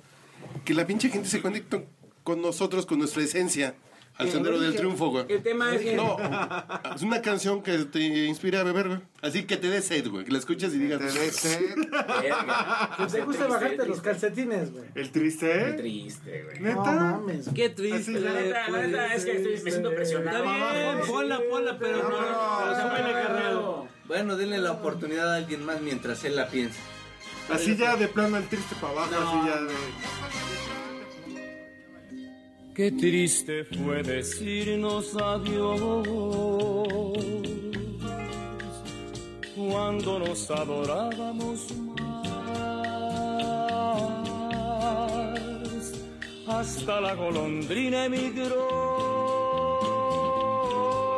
Speaker 3: que la pinche gente se conecta con nosotros, con nuestra esencia, al
Speaker 9: El
Speaker 3: sendero del
Speaker 9: origen.
Speaker 3: triunfo, güey.
Speaker 9: El tema es que-
Speaker 3: No, es una canción que te inspira a beber, güey. Así que te dé sed, güey. Que la escuches y digas... Te dé sed.
Speaker 7: Te gusta bajarte los calcetines, güey.
Speaker 3: ¿El triste? El
Speaker 9: triste, güey.
Speaker 7: No mames.
Speaker 4: Qué triste.
Speaker 9: La neta, la neta,
Speaker 1: pues.
Speaker 9: es que estoy- me siento presionado.
Speaker 4: Está bien, ponla, ponla, pero no.
Speaker 1: Bueno, denle la oportunidad a alguien más mientras él la piensa.
Speaker 24: Así ya de plano el triste para abajo, así ya de...
Speaker 15: Qué triste fue decirnos adiós cuando nos adorábamos más. Hasta la golondrina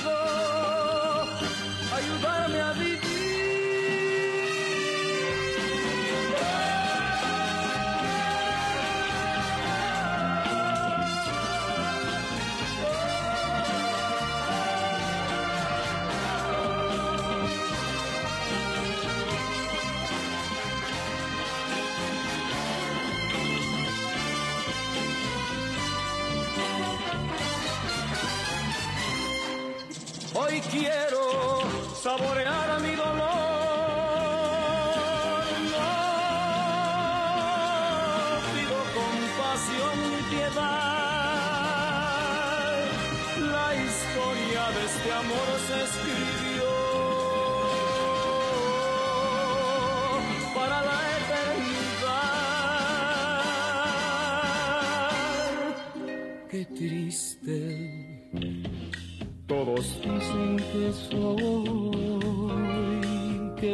Speaker 15: ayudarme a vivir. Hoy quiero saborear a mi dolor. No pido compasión ni piedad. La historia de este amor se escribió para la eternidad. Qué triste todos dicen que soy, que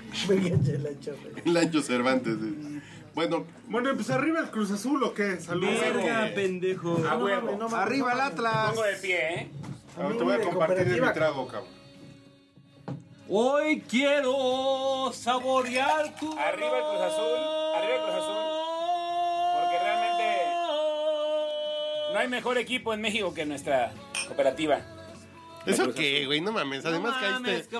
Speaker 3: El ancho Cervantes. güey. Bueno,
Speaker 4: Bueno, pues arriba el Cruz Azul o qué? Saludos.
Speaker 1: Verga, pendejo.
Speaker 4: A huevo.
Speaker 2: Arriba el Atlas.
Speaker 4: Pongo de
Speaker 1: pie, ¿eh?
Speaker 4: Ahora te voy a compartir de mi trago, cabrón.
Speaker 1: Hoy quiero saborear tu.
Speaker 25: Arriba el Cruz Azul, arriba el Cruz Azul. Porque realmente no hay mejor equipo en México que nuestra cooperativa.
Speaker 3: ¿eso qué, güey? No mames. Además caíste. y que-
Speaker 25: Es que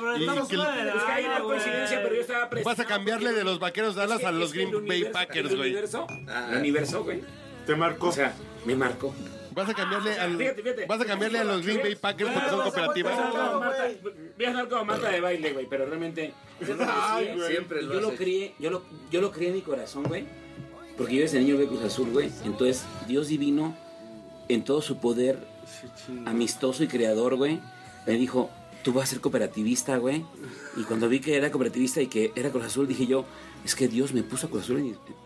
Speaker 25: hay una coincidencia, pero yo estaba
Speaker 3: Vas a
Speaker 25: presionado
Speaker 3: cambiarle
Speaker 25: porque-
Speaker 3: de los vaqueros de Dallas
Speaker 25: Es que-
Speaker 3: a los
Speaker 25: es que el
Speaker 3: Green Bay
Speaker 25: universo-
Speaker 3: Packers,
Speaker 25: el
Speaker 3: güey.
Speaker 25: universo- El universo, güey.
Speaker 4: Te marcó.
Speaker 25: O sea, me marcó.
Speaker 3: Vas a cambiarle
Speaker 9: Ah,
Speaker 3: al- vas a cambiarle a los Green Bay Packers porque son cooperativas.
Speaker 25: Voy a andar como Marta de baile, güey, pero realmente.
Speaker 9: Ay, güey.
Speaker 25: Siempre
Speaker 9: lo
Speaker 25: yo lo
Speaker 9: has hecho.
Speaker 25: crié, yo lo, yo lo crié en mi corazón, güey.
Speaker 9: Porque yo desde niño veo Cruz Azul, güey. Entonces, Dios divino, en todo su poder amistoso y creador, güey, me dijo, tú vas a ser cooperativista, güey. Y cuando vi que era cooperativista y que era Cruz Azul, dije yo, es que Dios me puso a Cruz Azul. en-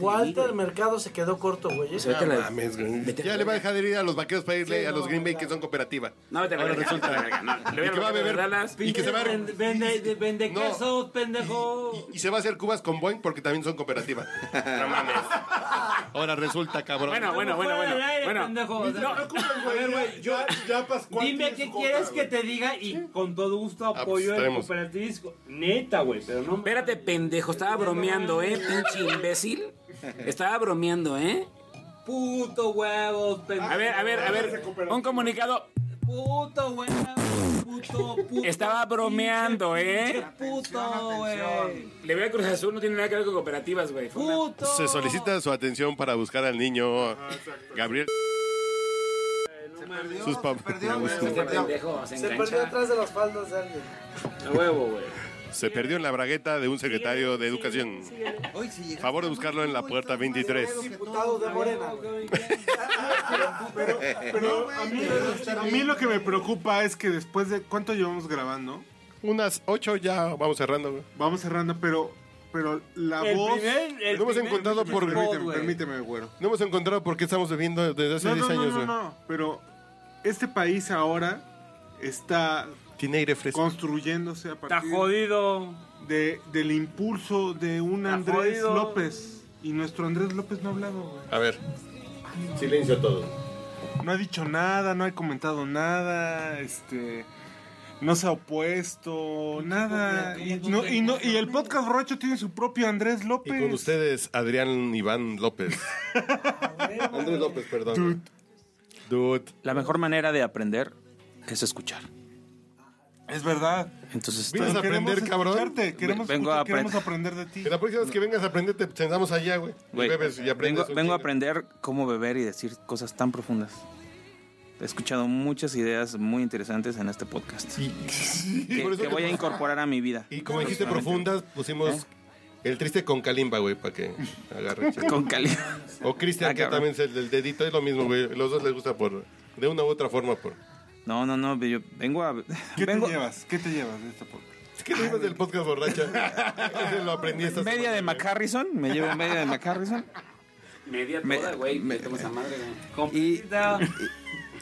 Speaker 7: Walter Mercado se quedó corto, güey. ¿eh?
Speaker 9: O sea, Pues vete a la- vete a la
Speaker 3: Ya le va a
Speaker 9: verga.
Speaker 3: dejar de ir a los vaqueros para irle
Speaker 7: Sí,
Speaker 3: a los
Speaker 7: no,
Speaker 3: Green Bay
Speaker 7: claro.
Speaker 3: que son cooperativa.
Speaker 9: No, vete a la
Speaker 3: Ahora
Speaker 9: verga,
Speaker 3: resulta.
Speaker 9: vete a la verga, no. Le voy
Speaker 3: y
Speaker 9: a
Speaker 3: que va a
Speaker 9: los vaqueros
Speaker 3: beber.
Speaker 9: de Dallas.
Speaker 3: Y que se va a
Speaker 1: Vende, vende, vende
Speaker 3: No.
Speaker 1: quesos, pendejo.
Speaker 3: Y se va a hacer cubas con Boeing porque también son cooperativa. No mames. Ahora resulta, cabrón.
Speaker 1: Bueno, bueno, bueno, bueno. bueno. No, a ver, güey, yo- Dime qué quieres que te diga y con todo gusto apoyo el
Speaker 9: estaremos.
Speaker 1: cooperativismo. Neta, güey, pero no.
Speaker 9: Espérate, pendejo, estaba bromeando, ¿eh? Pinche imbécil. Estaba bromeando, ¿eh?
Speaker 1: Puto huevos, pendejo.
Speaker 9: A ver, a ver, a ver. Un comunicado.
Speaker 1: Puto huevos, puto, puto.
Speaker 9: Estaba bromeando, ¿eh?
Speaker 1: Puto, güey.
Speaker 9: Le voy a Cruz Azul, no tiene nada que ver con cooperativas, güey. Fue una-
Speaker 3: Se solicita su atención para buscar al niño Gabriel. Sus papás. Eh,
Speaker 9: Este pendejo se
Speaker 7: Se este
Speaker 9: engancha.
Speaker 7: perdió atrás de las faldas de alguien.
Speaker 9: A huevo, güey.
Speaker 3: Se perdió en la bragueta de un secretario de educación.
Speaker 2: Hoy sí llega.
Speaker 3: Favor de buscarlo en la puerta 23.
Speaker 7: Diputados de Morena.
Speaker 4: Pero, pero a, mí, a mí lo que me preocupa es que después de. ¿Cuánto llevamos grabando?
Speaker 3: Unas ocho ya vamos cerrando.
Speaker 4: Vamos cerrando, pero. Pero la
Speaker 3: El
Speaker 4: voz.
Speaker 3: primer- el No hemos primer encontrado por-
Speaker 4: Permíteme,
Speaker 3: spot,
Speaker 4: Permíteme,
Speaker 3: güey.
Speaker 4: permíteme, güero.
Speaker 3: No hemos encontrado por qué estamos bebiendo desde hace
Speaker 4: No,
Speaker 3: 10
Speaker 4: no, no,
Speaker 3: años.
Speaker 4: no,
Speaker 3: güey.
Speaker 4: no, pero este país ahora está
Speaker 3: Tiene aire fresco.
Speaker 4: construyéndose a partir
Speaker 1: jodido.
Speaker 4: De, del impulso de un
Speaker 1: Está
Speaker 4: Andrés
Speaker 1: jodido.
Speaker 4: López. Y nuestro Andrés López no ha hablado, güey.
Speaker 3: A ver. Silencio todo.
Speaker 4: No ha dicho nada, no ha comentado nada, este... No se ha opuesto, nada. Y, no- y, no- y el podcast Rocho tiene su propio Andrés López.
Speaker 3: Con ustedes, Adrián Iván López. Andrés López, perdón. güey.
Speaker 6: La mejor manera de aprender es escuchar.
Speaker 4: Es verdad.
Speaker 6: Entonces,
Speaker 3: ¿Vienes a aprender, cabrón?
Speaker 6: Queremos Vengo a escuchar, queremos aprender.
Speaker 4: de ti.
Speaker 3: Que la próxima vez que vengas a aprender, te sentamos allá, güey. Y
Speaker 6: Güey,
Speaker 3: bebes y aprendes.
Speaker 6: vengo, vengo a aprender cómo beber y decir cosas tan profundas. He escuchado muchas ideas muy interesantes en este podcast. que,
Speaker 3: por eso
Speaker 6: que
Speaker 3: que-
Speaker 6: voy a incorporar a mi vida. ¿Eh?
Speaker 3: Y como dijiste profundas, pusimos el triste con Kalimba, güey, para que agarre.
Speaker 6: Con Kalimba.
Speaker 3: O Cristian,
Speaker 6: Ah,
Speaker 3: que
Speaker 6: cabrón.
Speaker 3: también es el del dedito, es lo mismo, güey. Los dos les gusta por. De una u otra forma, por.
Speaker 6: No, no, no, yo vengo a...
Speaker 4: ¿Qué te llevas? ¿Qué te llevas de este podcast?
Speaker 3: ¿Qué te llevas Pues del podcast borracha? Ese lo aprendí esta
Speaker 6: Media de McCarrison, me llevo media de McCarrison.
Speaker 9: Media toda, güey. Me tomo esa madre, güey.
Speaker 6: Y,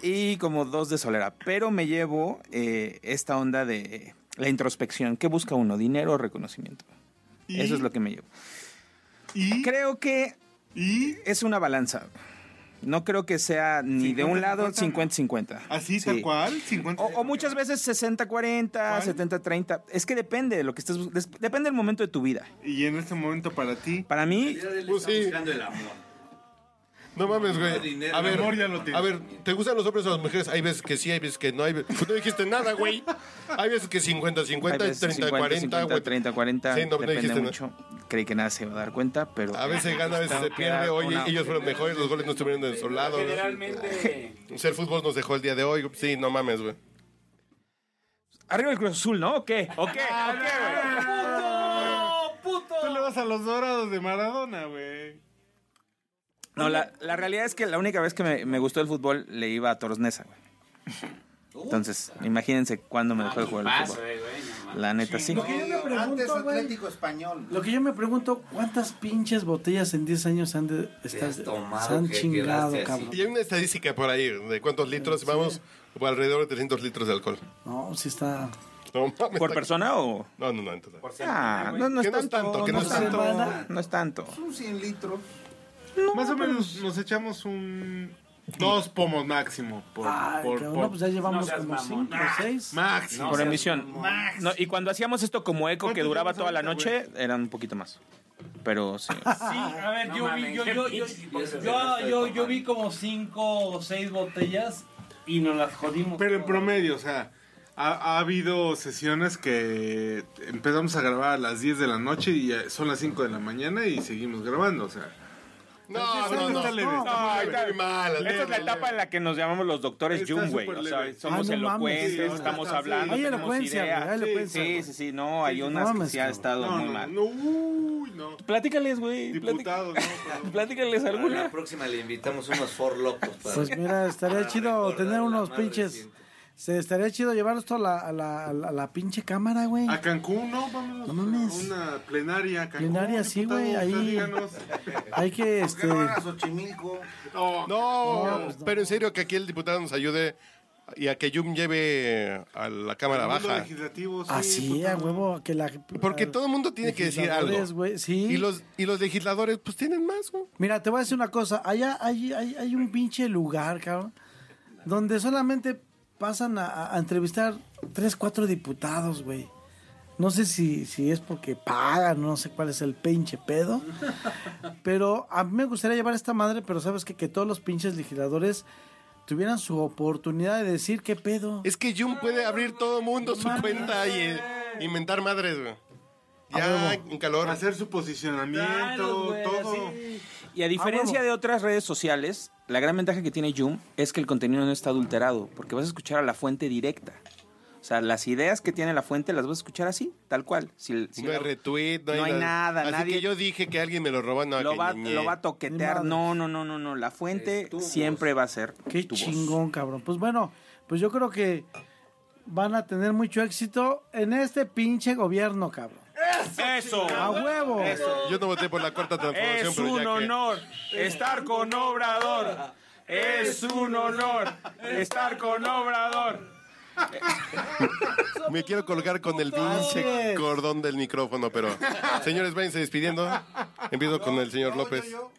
Speaker 6: y- y como dos de solera. Pero me llevo eh, esta onda de eh, la introspección. ¿Qué busca uno? ¿Dinero o reconocimiento? Eso es lo que me llevo. Creo que es una balanza. No creo que sea ni de un lado 50-50.
Speaker 4: Así, tal
Speaker 6: Sí.
Speaker 4: cual, 50.
Speaker 6: O, o muchas veces 60-40, 70-30. Es que depende de lo que estés bus- des- Depende del momento de tu vida.
Speaker 4: Y en este momento para ti.
Speaker 6: Para mí.
Speaker 9: Pues
Speaker 7: pues
Speaker 8: buscando el amor.
Speaker 3: No mames,
Speaker 8: No,
Speaker 3: güey.
Speaker 8: dinero,
Speaker 3: A ver,
Speaker 8: amor, ya lo tienes.
Speaker 3: a ver, ¿te gustan los hombres o las mujeres? Hay veces que sí, hay veces que no. Hay veces... Pues no dijiste nada, güey. Hay veces que 50, 50,
Speaker 6: Hay veces
Speaker 3: 30, 40,
Speaker 6: 50,
Speaker 3: güey.
Speaker 6: 30, 40.
Speaker 3: Sí, no, no
Speaker 6: depende
Speaker 3: dijiste nada.
Speaker 6: mucho. Creí que nada se iba a dar cuenta, pero.
Speaker 3: A veces gana, a veces se pierde. Oye,
Speaker 6: Una-
Speaker 3: ellos fueron mejores, los goles no estuvieron de su lado. güey.
Speaker 11: Generalmente.
Speaker 3: Ser fútbol nos dejó el día de hoy. Sí, no mames, güey.
Speaker 6: Arriba el Cruz Azul, ¿no? ¿O qué? ¿O qué?
Speaker 4: puto! Tú le vas a los dorados de Maradona, güey.
Speaker 6: No, la, la realidad es que la única vez que me, me gustó el fútbol le iba a Tornesa, güey. Entonces, imagínense cuándo me dejó de jugar el
Speaker 9: Paso,
Speaker 6: fútbol.
Speaker 9: Uh. Ah, güey, güey. no mames.
Speaker 6: La neta, sí.
Speaker 7: Lo que yo me
Speaker 10: Antes
Speaker 7: pregunto, güey,
Speaker 10: Atlético Español.
Speaker 7: Lo que yo me pregunto, ¿cuántas pinches botellas en 10 años han, de, estás,
Speaker 3: tomado,
Speaker 7: se han
Speaker 3: que
Speaker 7: chingado,
Speaker 3: quedaste así.
Speaker 7: cabrón?
Speaker 3: Y hay una estadística por ahí de cuántos litros vamos, o alrededor de 300 litros de alcohol.
Speaker 7: No, si está...
Speaker 6: ¿Por persona o...?
Speaker 3: No, no, no, en total.
Speaker 6: Ah, no, no es
Speaker 3: Que no es
Speaker 6: tanto,
Speaker 3: tanto, que no
Speaker 6: no
Speaker 3: es
Speaker 6: es
Speaker 3: tanto.
Speaker 6: tanto. No es tanto.
Speaker 10: Son 100 litros.
Speaker 4: Más o menos nos echamos un. Dos pomos máximo. Por, por,
Speaker 7: cabrón,
Speaker 4: por-
Speaker 7: no, pues ya llevamos como 5
Speaker 18: Ah.
Speaker 7: o 6.
Speaker 4: Máximo.
Speaker 6: Por emisión. No, y cuando hacíamos esto como eco que duraba toda la noche, eran un poquito más. Pero sí.
Speaker 18: Sí, a ver,
Speaker 11: No
Speaker 18: yo,
Speaker 11: mames,
Speaker 18: vi, yo,
Speaker 11: qué
Speaker 18: yo, yo,
Speaker 11: pinches
Speaker 18: yo,
Speaker 11: piezas de
Speaker 18: yo-
Speaker 11: estoy
Speaker 18: yo- yo
Speaker 11: tomando.
Speaker 18: vi como cinco o seis botellas y nos las jodimos.
Speaker 4: Pero en promedio, o sea, ha, ha habido sesiones que empezamos a grabar a las 10 de la noche y ya son las 5 de la mañana y seguimos grabando, o sea.
Speaker 3: No, no, no.
Speaker 4: Está leve, está
Speaker 3: No,
Speaker 4: muy
Speaker 3: ahí
Speaker 4: leve.
Speaker 3: está muy mal,
Speaker 6: Esta es la etapa en la que nos llamamos los doctores
Speaker 3: Está
Speaker 6: Jung, güey.
Speaker 3: súper
Speaker 6: O sea,
Speaker 3: leve.
Speaker 6: somos
Speaker 3: Ah, no mames,
Speaker 6: elocuentes,
Speaker 3: sí, ahorita
Speaker 6: estamos
Speaker 3: está, sí.
Speaker 6: hablando.
Speaker 3: Hay
Speaker 6: tenemos
Speaker 3: elocuencia,
Speaker 6: ideas.
Speaker 3: güey, hay
Speaker 6: Sí,
Speaker 3: elocuencia,
Speaker 6: Sí,
Speaker 3: güey.
Speaker 6: sí, sí, no, hay unas que sí ha estado
Speaker 4: No,
Speaker 6: muy
Speaker 4: no,
Speaker 6: mal.
Speaker 4: no, uy, no.
Speaker 6: Platícales, güey.
Speaker 4: Diputados,
Speaker 6: Platícales alguna.
Speaker 8: La próxima le invitamos unos for locos. para-
Speaker 7: Pues mira, estaría chido tener unos
Speaker 8: madre
Speaker 7: pinches... Se estaría chido llevar esto a la, a la, a la, a la pinche cámara, güey.
Speaker 4: A Cancún, no, vamos
Speaker 7: No mames.
Speaker 4: a una plenaria. a Cancún,
Speaker 7: Plenaria, sí,
Speaker 4: diputado,
Speaker 7: güey,
Speaker 4: usted
Speaker 7: ahí.
Speaker 4: díganos.
Speaker 7: Hay que, este...
Speaker 10: Xochimilco.
Speaker 4: No,
Speaker 3: No, pero en serio que aquí el diputado nos ayude y a que Yum lleve a la Cámara
Speaker 4: Al mundo
Speaker 3: Baja.
Speaker 4: legislativo, sí, pues,
Speaker 6: Ah,
Speaker 7: Así, Ah, a huevo, que la...
Speaker 3: Porque todo el mundo tiene que decir
Speaker 7: Legisladores,
Speaker 3: algo.
Speaker 7: güey, sí.
Speaker 3: Y los, y los legisladores, pues tienen más, güey.
Speaker 7: Mira, te voy a decir una cosa. Allá hay, hay, hay un pinche lugar, cabrón, donde solamente pasan a, a entrevistar tres, cuatro diputados, güey. No sé si, si es porque pagan, no sé cuál es el pinche pedo. Pero a mí me gustaría llevar esta madre, pero sabes que, que todos los pinches legisladores tuvieran su oportunidad de decir qué pedo.
Speaker 3: Es que Yum puede abrir todo el mundo su cuenta y eh, inventar madres, güey. Ya, en calor.
Speaker 4: Hacer su posicionamiento, todo.
Speaker 6: Y a diferencia de otras redes sociales, la gran ventaja que tiene Zoom es que el contenido no está adulterado, porque vas a escuchar a la fuente directa. O O sea, las ideas que tiene la fuente las vas a escuchar así, tal cual. Si, si
Speaker 3: no hay
Speaker 6: la-
Speaker 3: retweet, no hay,
Speaker 6: no hay nada,
Speaker 3: Así
Speaker 6: nadie-
Speaker 3: que yo dije que alguien me lo robó, no,
Speaker 6: lo
Speaker 3: que
Speaker 6: va,
Speaker 3: ni-
Speaker 6: lo va a toquetear.
Speaker 7: Ni
Speaker 6: No, no, no, no, no. La fuente siempre va a ser
Speaker 7: Qué
Speaker 6: tu voz.
Speaker 7: chingón, cabrón. Pues bueno, pues yo creo que van a tener mucho éxito en este pinche gobierno, cabrón.
Speaker 17: Eso.
Speaker 7: A huevo.
Speaker 3: Yo no voté por la cuarta transformación,
Speaker 17: Es
Speaker 3: pero ya
Speaker 17: un
Speaker 3: que-
Speaker 17: honor estar con Obrador. Es un honor estar con Obrador.
Speaker 3: Me quiero colgar con el pinche cordón del micrófono, pero. Señores, váyanse despidiendo. Empiezo con el señor López. Yo,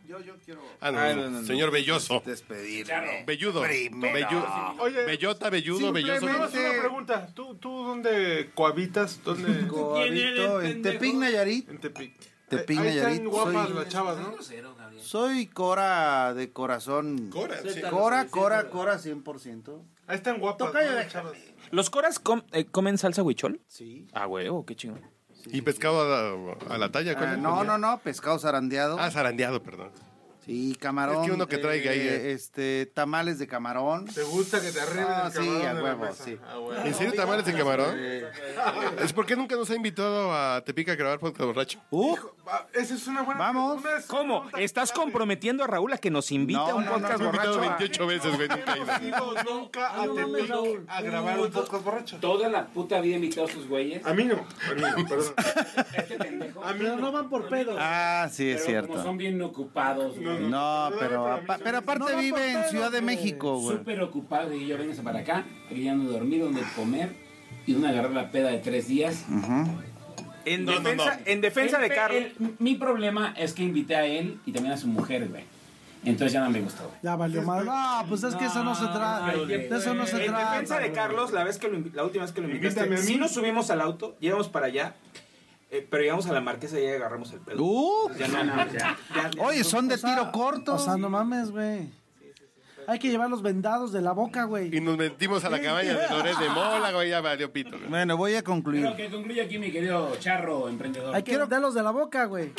Speaker 3: Ah, no,
Speaker 2: Ah,
Speaker 3: no,
Speaker 2: no, no, no.
Speaker 3: Señor Belloso.
Speaker 2: Despedir.
Speaker 3: Belludo.
Speaker 2: Primero.
Speaker 3: Bellu- Bellota, Belludo, Belloso.
Speaker 22: Nada más una pregunta. ¿Tú, tú dónde cohabitas? ¿Dónde?
Speaker 2: Cohabito en Tepic, Nayarit. En
Speaker 22: Tepic.
Speaker 2: Tepic,
Speaker 22: Eh, Ahí están
Speaker 2: Nayarit.
Speaker 22: guapas
Speaker 2: Soy-
Speaker 22: las chavas, ¿no?
Speaker 2: Soy Cora de corazón.
Speaker 22: Cora, sí.
Speaker 2: Cora, Cora, Cora, 100%.
Speaker 22: Ahí están guapas.
Speaker 2: Tocayo,
Speaker 22: ¿no?
Speaker 2: déjame.
Speaker 22: Chavas.
Speaker 6: ¿Los coras com- eh, comen salsa huichol?
Speaker 2: Sí.
Speaker 6: Ah, huevo, qué chingón.
Speaker 3: ¿Y pescado a la, talla?
Speaker 2: Ah, no, no, no, pescado zarandeado. Ah,
Speaker 3: zarandeado, perdón.
Speaker 2: Sí, camarón.
Speaker 3: Es que uno que traiga ahí, eh.
Speaker 2: Este, tamales de camarón.
Speaker 22: ¿Te gusta que te arreglen
Speaker 2: Ah,
Speaker 22: el
Speaker 2: sí,
Speaker 22: camarón
Speaker 2: a
Speaker 22: de la
Speaker 2: huevo,
Speaker 22: mesa?
Speaker 2: sí.
Speaker 22: Ah, Este, huevo.
Speaker 3: ¿En serio tamales de camarón? ¿Es por qué nunca nos ha invitado a Tepica a grabar podcast borracho?
Speaker 2: Uh.
Speaker 22: Ah, Esa es una buena
Speaker 2: Vamos.
Speaker 6: ¿Cómo? ¿Estás comprometiendo a Raúl a que nos invite
Speaker 3: No,
Speaker 6: a un
Speaker 3: no, no,
Speaker 6: podcast
Speaker 3: me ha invitado
Speaker 6: borracho?
Speaker 3: 28 veces, güey, nunca he ido.
Speaker 22: ido nunca a Tepic a grabar un podcast borracho.
Speaker 11: Toda la puta vida he invitado a sus güeyes.
Speaker 22: A mí no. A mí no, perdón.
Speaker 7: Pero no van por pedos.
Speaker 2: Ah, sí, es
Speaker 11: Pero como
Speaker 2: cierto.
Speaker 11: son bien ocupados. güey.
Speaker 2: No, pero, apa- pero aparte
Speaker 11: No,
Speaker 2: vive en
Speaker 11: portero,
Speaker 2: Ciudad de México, güey.
Speaker 11: Súper ocupado y yo vengo para acá, que ya no dormí, donde comer y una agarrar la peda de tres días.
Speaker 6: En defensa- en defensa de
Speaker 11: pe-
Speaker 6: Carlos.
Speaker 11: el- mi problema es que invité a él y también a su mujer, güey. Entonces ya no me gustó, güey.
Speaker 7: Ya valió mal. No, pues es que eso no se trata. De eso no se
Speaker 6: en
Speaker 7: trata.
Speaker 6: defensa de
Speaker 7: güey.
Speaker 6: Carlos, la, vez que lo invi- la última vez que lo
Speaker 7: Invítame
Speaker 6: invitaste,
Speaker 7: a mí.
Speaker 6: sí nos subimos al auto, llegamos para allá, eh, pero llegamos a la marquesa y ahí agarramos el pedo.
Speaker 2: Uh.
Speaker 6: Ya no, no, ya, ya.
Speaker 2: Oye, son de tiro corto.
Speaker 7: O sea, no mames, güey. Hay que llevar los vendados de la boca, güey.
Speaker 3: Y nos metimos a la cabaña de Lorés de Mola, güey, ya valió pito. güey.
Speaker 2: Bueno, voy a concluir.
Speaker 11: Pero que concluye aquí mi querido charro emprendedor.
Speaker 7: Hay que venderlos de la boca, güey.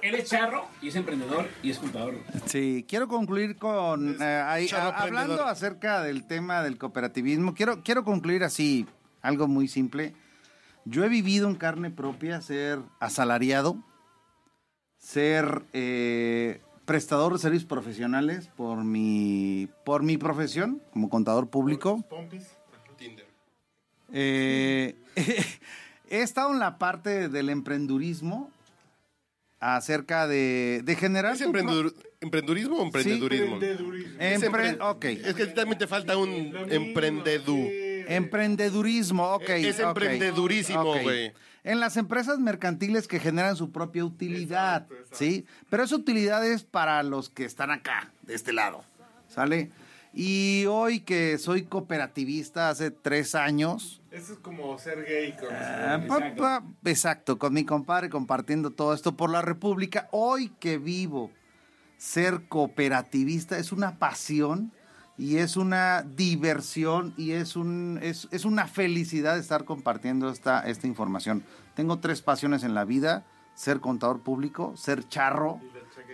Speaker 11: Él es charro y es emprendedor y es contador.
Speaker 2: Sí, quiero concluir con eh, ahí,
Speaker 11: charro
Speaker 2: a- hablando
Speaker 11: prendedor.
Speaker 2: acerca del tema del cooperativismo. Quiero quiero concluir así, algo muy simple. Yo he vivido en carne propia ser asalariado, ser eh, prestador de servicios profesionales por mi por mi profesión como contador público.
Speaker 22: Pompis.
Speaker 2: Eh, he estado en la parte del emprendurismo acerca de, de generar...
Speaker 3: ¿Es
Speaker 2: tu pro-
Speaker 3: emprendur- emprendurismo o emprendedurismo?
Speaker 2: Sí.
Speaker 3: Es
Speaker 2: Empre-
Speaker 3: empre-
Speaker 2: ok.
Speaker 3: Es que también te falta un emprendedú.
Speaker 2: Emprendedurismo, ok.
Speaker 3: E-, Es
Speaker 2: ok,
Speaker 3: emprendedurísimo,
Speaker 2: ok.
Speaker 3: güey.
Speaker 2: En las empresas mercantiles que generan su propia utilidad, ¿sí? Pero esa utilidad es para los que están acá, de este lado, ¿sale? Y hoy que soy cooperativista hace tres años,
Speaker 22: Eso es como ser gay. Con
Speaker 2: ah, pa- pa- exacto. con mi compadre compartiendo todo esto por la República, hoy que vivo, ser cooperativista es una pasión y es una diversión y es, un, es, es una felicidad estar compartiendo esta, esta información. Tengo tres pasiones en la vida, ser contador público, ser charro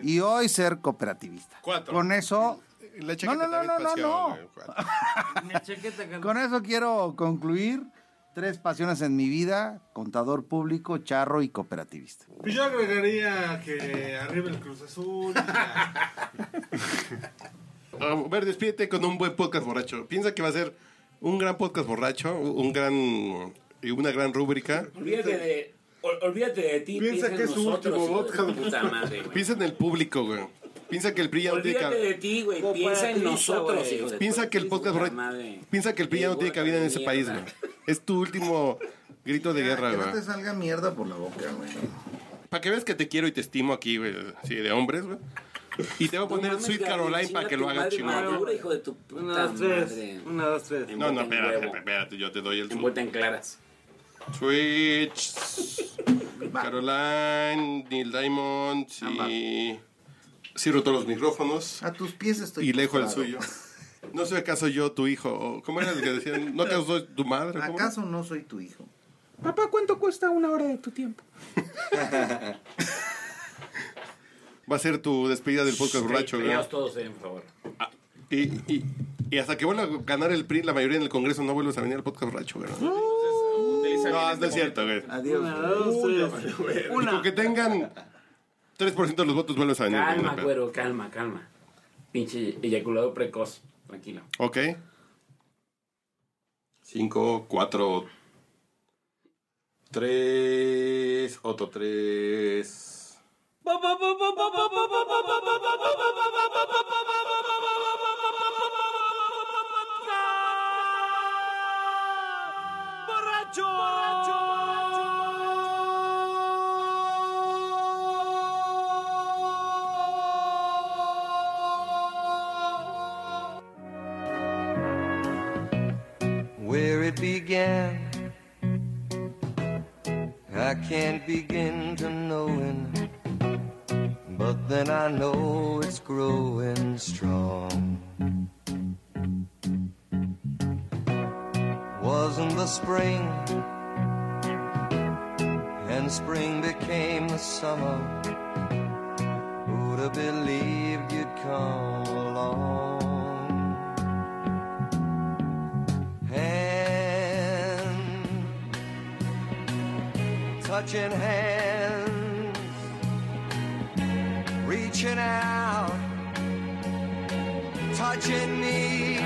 Speaker 2: y hoy ser cooperativista. Con eso... No, no, no, no, no, no. Con eso quiero concluir. Tres pasiones en mi vida, contador público, charro y cooperativista.
Speaker 22: Pues yo agregaría que arriba el Cruz Azul.
Speaker 3: A ver, despídete con un buen podcast borracho. Piensa que va a ser un gran podcast borracho, un gran y una gran rúbrica.
Speaker 11: Olvídate de, ol- olvídate de ti.
Speaker 22: Piensa que es su
Speaker 11: nosotros,
Speaker 22: último
Speaker 11: hijo de
Speaker 22: vodka.
Speaker 11: puta madre, güey.
Speaker 3: Piensa en el público, güey. Piensa que el PRI ya no tiene
Speaker 11: Olvídate
Speaker 3: cabida.
Speaker 11: de ti, güey. Piensa en
Speaker 9: Cooperativista,
Speaker 11: nosotros,
Speaker 9: güey.
Speaker 11: hijo
Speaker 2: Pues
Speaker 11: de
Speaker 3: Piensa
Speaker 11: tu-
Speaker 3: que el podcast borracho. Piensa que el PRI ya no tiene cabida en ese país, güey. Es tu último grito de guerra,
Speaker 2: Que no te
Speaker 3: güey.
Speaker 2: salga mierda por la boca, güey.
Speaker 3: Para que veas que te quiero y te estimo aquí, güey. Así de hombres, güey. Y te voy a poner
Speaker 9: mames,
Speaker 3: Sweet
Speaker 9: Gabriel,
Speaker 3: Caroline
Speaker 9: chinga
Speaker 3: para que
Speaker 9: tu
Speaker 3: lo hagas
Speaker 9: madre,
Speaker 3: chingón.
Speaker 9: madura, hijo de tu puta
Speaker 1: Una, dos, tres.
Speaker 9: madre.
Speaker 1: Una, dos, tres.
Speaker 3: No, no,
Speaker 9: Envuelta en
Speaker 3: espérate,
Speaker 9: huevo.
Speaker 3: espérate, yo te doy el
Speaker 9: Envuelta en claras.
Speaker 3: Switch, Caroline, Neil Diamond y cierro todos los micrófonos
Speaker 2: A tus pies estoy.
Speaker 3: y lejo el
Speaker 2: postrado.
Speaker 3: suyo. No soy acaso yo tu hijo, o ¿cómo era el que decían? ¿No acaso soy tu madre? ¿Cómo era?
Speaker 2: ¿Acaso no soy tu hijo?
Speaker 6: Papá, ¿cuánto cuesta una hora de tu tiempo?
Speaker 3: Va a ser tu despedida del podcast borracho,
Speaker 11: Callaos
Speaker 3: ¿verdad?
Speaker 11: todos, eh, por favor.
Speaker 3: Y, y, Y hasta que vuelva a ganar el PRI, la mayoría en el Congreso no vuelves a venir al podcast borracho, güey. No, no es cierto, güey.
Speaker 10: Adiós.
Speaker 3: Una, que tengan 3% de los votos vuelves a venir. güey, no hay
Speaker 9: Calma,
Speaker 3: pedo.
Speaker 9: güero, calma, calma. Pinche eyaculador precoz. Tranquilo.
Speaker 3: Ok. 5, 4, 3, otro 3.
Speaker 15: ¡Borracho!
Speaker 12: where it began. I can't begin to knowing, but then I know it's growing strong. Wasn't the spring, and spring became the summer. Who'd have believed you'd come along? hand, touching hands, reaching out, touching me,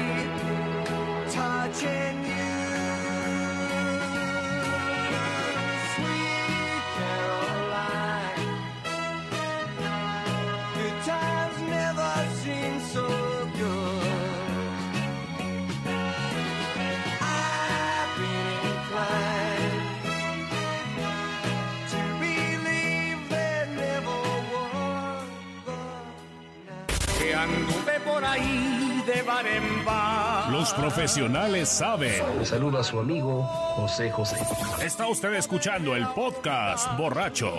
Speaker 12: touching you. Sweet Caroline, good times never seem so good. I've been inclined to believe there never was.
Speaker 15: Que anduve por ahí de bar en bar.
Speaker 26: Los profesionales saben.
Speaker 27: Le saluda su amigo José José.
Speaker 26: Está usted escuchando el podcast borracho.